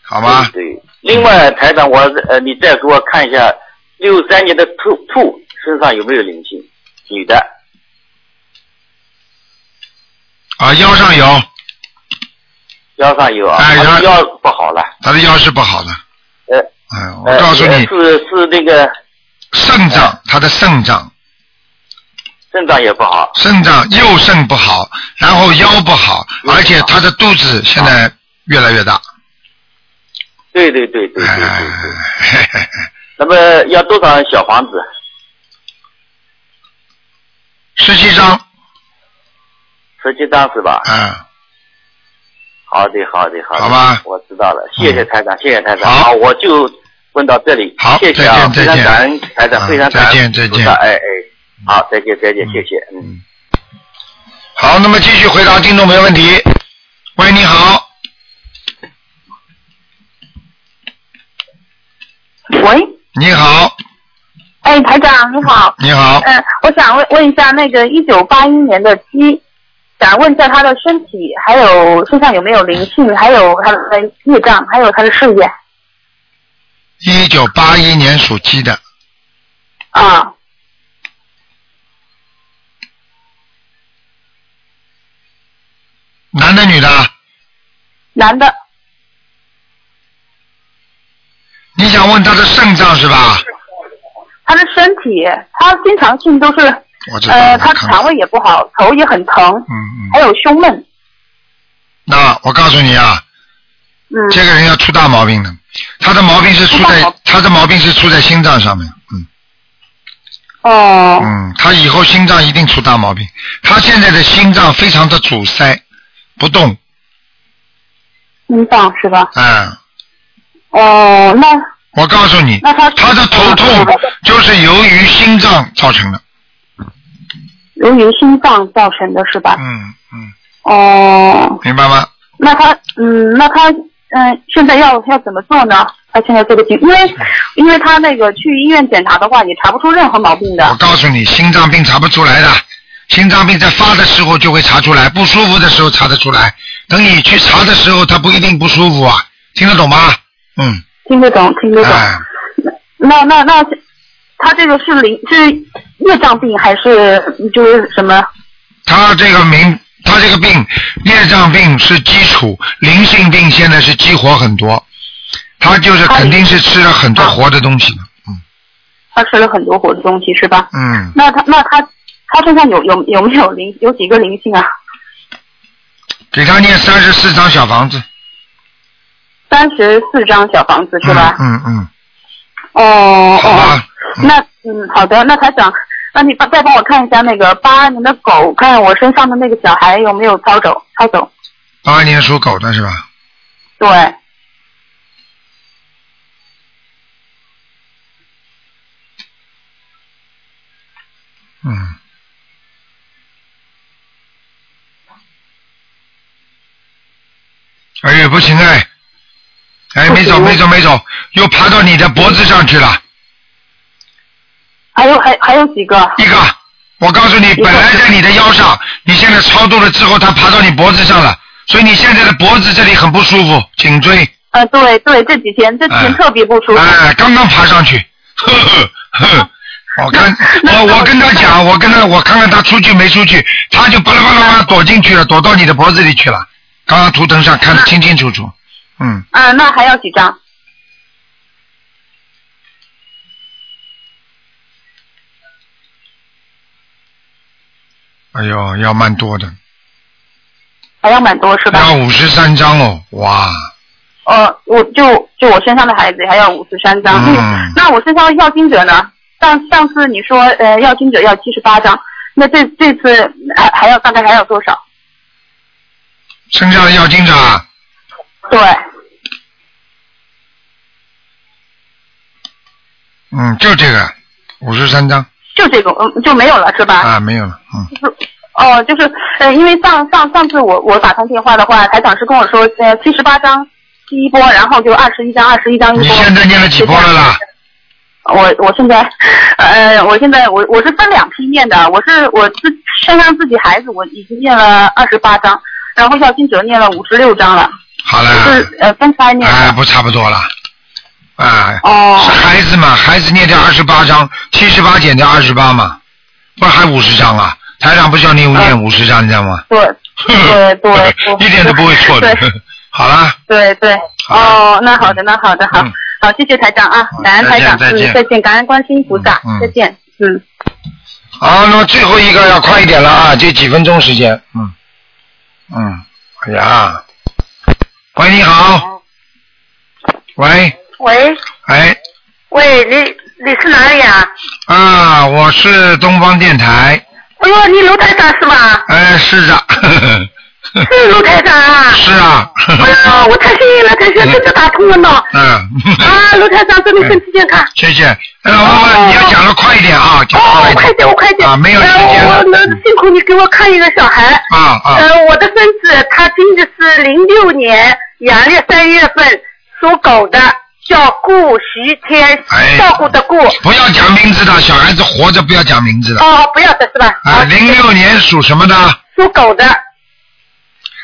S1: 好嗯吗？
S2: 对。另外，台长，我呃，你再给我看一下六三年的兔兔身上有没有灵性？女的，
S1: 啊，腰上有，
S2: 腰上有啊，
S1: 哎
S2: 她
S1: 然后
S2: 的腰不好了。
S1: 他的腰是不好的。
S2: 呃，
S1: 嗯，
S2: 呃
S1: 我告诉你，
S2: 是是那个
S1: 肾脏，他的肾脏，
S2: 肾脏也不好，
S1: 肾脏右肾不好，然后腰不好，而且他的肚子现在越来越大。哎
S2: 对对对对对对
S1: 对。
S2: 那么要多少小房子？
S1: 十七张，
S2: 十七张是吧？
S1: 嗯。
S2: 好的，好的，好的。
S1: 好吧嗯
S2: 我知道了，谢谢台长，谢谢台长。好，我就问到这里。
S1: 好
S2: 谢谢
S1: 再
S2: 啊，非
S1: 见
S2: 常
S1: 再见
S2: 感恩台
S1: 啊
S2: 长，非常感
S1: 再
S2: 恩。
S1: 见再见
S2: 菩萨哎哎，好，再见再见，谢谢，嗯。
S1: 好，那么继续回答听众朋友问题。喂，你好，
S5: 喂，
S1: 你好，
S5: 哎，台长你好。
S1: 你好，
S5: 嗯、我想问问一下那个一九八一年的鸡，想问一下他的身体，还有身上有没有灵性，还有他的业障，还有他的事业
S1: 一九八一年属鸡的，嗯
S5: 啊。
S1: 男的女的？
S5: 男的，
S1: 你想问他的肾脏是吧？
S5: 他的身体，他经常性都是
S1: 我知道
S5: 呃，
S1: 了，
S5: 他肠胃也不好，头也很疼，
S1: 嗯嗯。
S5: 还有胸闷。
S1: 那我告诉你啊，
S5: 嗯，
S1: 这个人要出大毛病的，他的毛病是出在他的毛病是出在心脏上面，嗯。
S5: 哦。
S1: 嗯，他以后心脏一定出大毛病。他现在的心脏非常的阻塞，不动，
S5: 心脏是吧？
S1: 嗯。
S5: 哦，那
S1: 我告诉你，
S5: 那他
S1: 他的头痛就是由于心脏造成的。
S5: 由于心脏造成的是吧？
S1: 嗯，
S5: 哦，
S1: 明白吗？
S5: 那他，嗯，那他，嗯，现在要要怎么做呢？他现在这个病，因为
S1: 嗯
S5: 因为他那个去医院检查的话，也查不出任何毛病的。
S1: 我告诉你，心脏病查不出来的，心脏病在发的时候就会查出来，不舒服的时候查得出来。等你去查的时候，它不一定不舒服啊，听得懂吗？嗯，
S5: 听得懂，听得懂。
S1: 哎，
S5: 那那那，他这个是灵是业障病还是就是什么？
S1: 他这个名，他这个病，业障病是基础，灵性病现在是激活很多，他就是肯定是吃了很
S5: 啊
S1: 多活的东西的。
S5: 他吃了很多活的东西是吧？
S1: 嗯，
S5: 那他那他他身上有有有没有灵有几个灵性啊？
S1: 给他念三十四张小房子。
S5: 三十四张小房子是吧？
S1: 嗯嗯，
S5: 哦哦， 那嗯，好的，那台长，那你帮再帮我看一下那个八二年的狗，看看我身上的那个小孩有没有抄走，抄走。
S1: 八二年属狗的是吧？
S5: 对，
S1: 嗯，哎呀，不行哎，哎，没走
S5: 不行
S1: 没走没走，又爬到你的脖子上去了。
S5: 还有还还有几个？
S1: 一个，我告诉你，本来在你的腰上，你现在超度了之后，它爬到你脖子上了，所以你现在的脖子这里很不舒服，颈椎，
S5: 呃，对对，这几天这几天
S1: 哎
S5: 特别不舒服。
S1: 哎，刚刚爬上去，呵呵呵。我看我我跟他讲，我跟他我看看他出去没出去，他就巴拉巴拉巴拉躲进去了，躲到你的脖子里去了。刚刚图腾上看得清清楚楚，嗯，
S5: 啊，那还要几张？
S1: 哎呦，要蛮多的，
S5: 还要蛮多是吧？
S1: 要五十三张哦，哇，
S5: 呃，我就就我身上的孩子还要五十三张。
S1: 嗯
S5: 那我身上要经者呢？上上次你说呃要经者要七十八张，
S6: 那这这次还还要大概还要多少？
S1: 身上的要经者啊，
S6: 对，
S1: 嗯，就这个五十三张
S6: 就这种，嗯，就没有了是吧？
S1: 啊，没有了，嗯，
S6: 哦，就是呃，因为上上上次我我打通电话的话，台长是跟我说，呃，七十八张第一波，然后就二十一张，二十一
S5: 嗯
S6: 张一波。
S1: 你现在念了几波了啦？
S6: 我我现在，呃，我现在我我是分两批念的，我是我自身上自己孩子，我已经念了二十八章，然后要金哲念了五十六章了，
S1: 好了，
S5: 嗯
S6: 是呃分开念的。
S1: 哎，不差不多了，啊，
S6: 哦
S1: 是孩子嘛，孩子念掉二十八章，七十八减掉二十八嘛，不是还五十章啊？台长不叫你念五十章，你知道吗？
S6: 对嗯对 对，
S1: 一点都不会错的
S6: 对。
S1: 好啦，
S6: 对对，哦，那好的，那好的，好，
S1: 嗯
S6: 好，谢谢台长啊，感恩
S1: 再
S6: 台
S1: 见
S6: 长，
S1: 再见
S6: 嗯，再见，感恩观世音菩萨，
S1: 嗯嗯
S6: 再见，嗯。
S1: 好，那么最后一个要快一点了啊，就几分钟时间，嗯，嗯，哎呀，喂，你好，喂，
S5: 喂
S1: 哎，
S5: 喂，你你是哪里啊？
S1: 啊，我是东方电台，
S5: 哎呦，你卢台长是 吧？
S1: 哎，是的，
S5: 是卢台 长啊！
S1: 是啊，
S5: 哎
S6: 哦
S5: 呀，我太幸运了，太幸运了，真的打通了呢！
S1: 嗯，
S5: 啊，卢台长，祝你身体健康。
S1: 谢谢，呃，我们你要讲的快一点啊，讲得快
S5: 哦
S1: 一，点
S5: 快点，我快点。
S1: 啊，没有时
S5: 呃
S1: 间了
S5: 我，能辛苦你给我看一个小孩。
S1: 啊啊，
S5: 呃，我的孙子他今的是零六年阳历三月份属狗的，叫顾徐天，
S1: 哎
S5: 照顾的顾。
S1: 不要讲名字的，小孩子活着不要讲名字的，
S5: 哦，不要的是吧？
S1: 啊，零六年属什么的？
S5: 属狗的。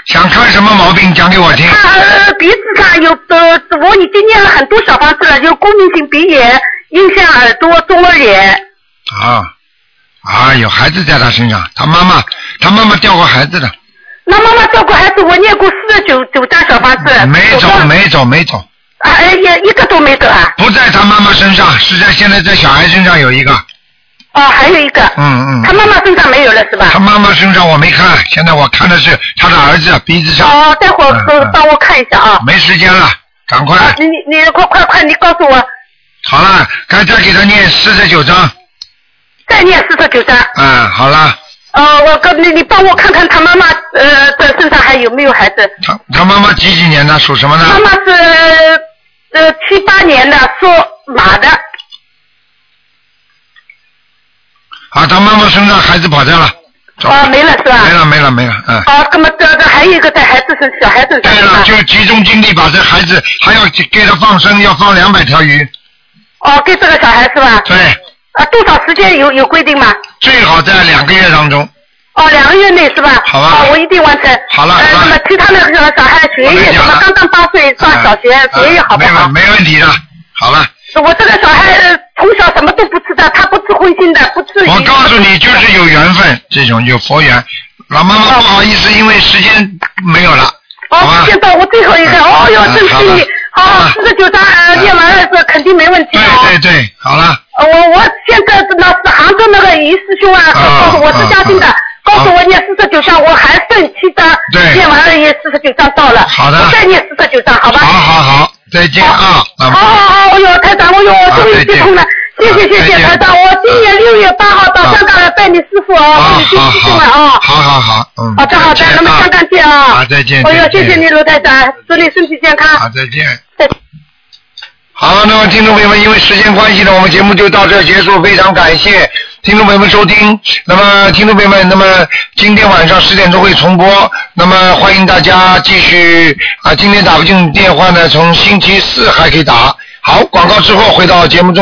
S1: 想看什么毛病讲给我听。
S5: 他呃鼻子上有呃，我已经念了很多小方子了，有过敏性鼻炎、影响耳朵、中耳炎。
S1: 啊啊，有孩子在他身上，他妈妈，他妈妈掉过孩子的，
S5: 那妈妈照顾孩子，我念过四十九九张小方子，
S1: 没
S5: 我
S1: 走
S5: 忘
S1: 没走没走，
S5: 啊，哎呀，一个都没得啊！
S1: 不在他妈妈身上，是在现在在小孩身上有一个，
S5: 哦，还有一个，
S1: 嗯
S5: 他
S1: 嗯，
S5: 妈妈身上没有了是吧
S1: 他？妈妈身上我没看，现在我看的是他的儿子鼻子上，
S5: 哦，待会儿
S1: 嗯嗯
S5: 呃帮我看一下啊。
S1: 没时间了，赶快，
S5: 啊，你你快快快，你告诉我
S1: 好了，该再给他念四十九章，
S5: 再念四十九张。
S1: 嗯，好了，
S5: 呃，我跟你你帮我看看他妈妈呃的身上还有没有孩子？
S1: 他他妈妈几几年的，属什么
S5: 妈
S1: 呢？
S5: 妈是呃七八年的，属马的。
S1: 啊，他妈妈身上孩子跑掉了，走，
S5: 啊，没了是吧？
S1: 没了没了没了，嗯。
S5: 啊，那么这这还有一个在孩子身，小孩子身
S1: 对
S5: 上
S1: 了，
S5: 是吧？
S1: 就集中精力把这孩子，还要给他放生，要放两百条鱼。
S5: 哦，给这个小孩是吧？
S1: 对，
S5: 啊，多少时间有有规定吗？
S1: 最好在两个月当中。
S5: 哦，两个月内是吧？
S1: 好吧
S5: 啊，我一定完成。
S1: 好了
S5: 呃，
S1: 好了
S5: 那么其他的小小孩学
S1: 我
S5: 业
S1: 跟你
S5: 什
S1: 讲了
S5: 么，刚刚八岁上小学，
S1: 嗯
S5: 学业好不好
S1: 嗯？没问没问题的，好了，
S5: 我这个小孩呃从小什么都不知道，他不吃荤腥的，不吃鱼。
S1: 我告诉你，就是有缘分，这种有佛缘。老妈妈不好意思，因为时间没有了，好
S5: 哦
S1: 吧，？
S5: 现在我最后一个，
S1: 嗯
S5: 哦哟，
S1: 嗯
S5: 真
S1: 好
S5: 幸
S1: 了
S5: 运。好，
S1: 嗯
S5: 四十九章呃
S1: 嗯
S5: 念完了是肯定没问题
S1: 对
S5: 的哦。
S1: 对对，好了，
S5: 呃，我我现在是那是杭州那个于师兄啊，
S1: 啊
S5: 告诉我是嘉兴的
S1: 啊啊，
S5: 告诉我念四十九章，我还剩七章
S1: 对，
S5: 念完了也四十九章到了，
S1: 好的
S5: 我再念四十九章，好吧？
S1: 好好好，再见啊，老妈
S5: 好好
S1: 妈。
S5: 好，哎呦，台长，哎呦，我终于接通了
S1: 啊。再见
S5: 谢谢谢
S1: 啊再
S5: 谢
S1: 见
S5: 台长，我今年六月八号到
S1: 啊
S5: 香港来拜你师傅哦，
S1: 好
S5: 我已经
S1: 好
S5: 激动
S1: 好，
S5: 了啊！
S1: 好好好，嗯。
S5: 好的好的
S1: 再，见
S5: 那么
S1: 啊
S5: 香港见啊
S1: 啊！再见
S5: 哎呦
S1: 再，见啊
S5: 谢谢你卢台长，祝你身体健康。
S1: 好，再见
S5: 再。
S1: 好，那么听众朋友们，因为时间关系呢，我们节目就到这儿结束，非常感谢听众朋友们收听。那么，听众朋友们，那么今天晚上十点钟会重播，那么欢迎大家继续啊，今天打不进电话呢，从星期四还可以打。好，广告之后回到节目中。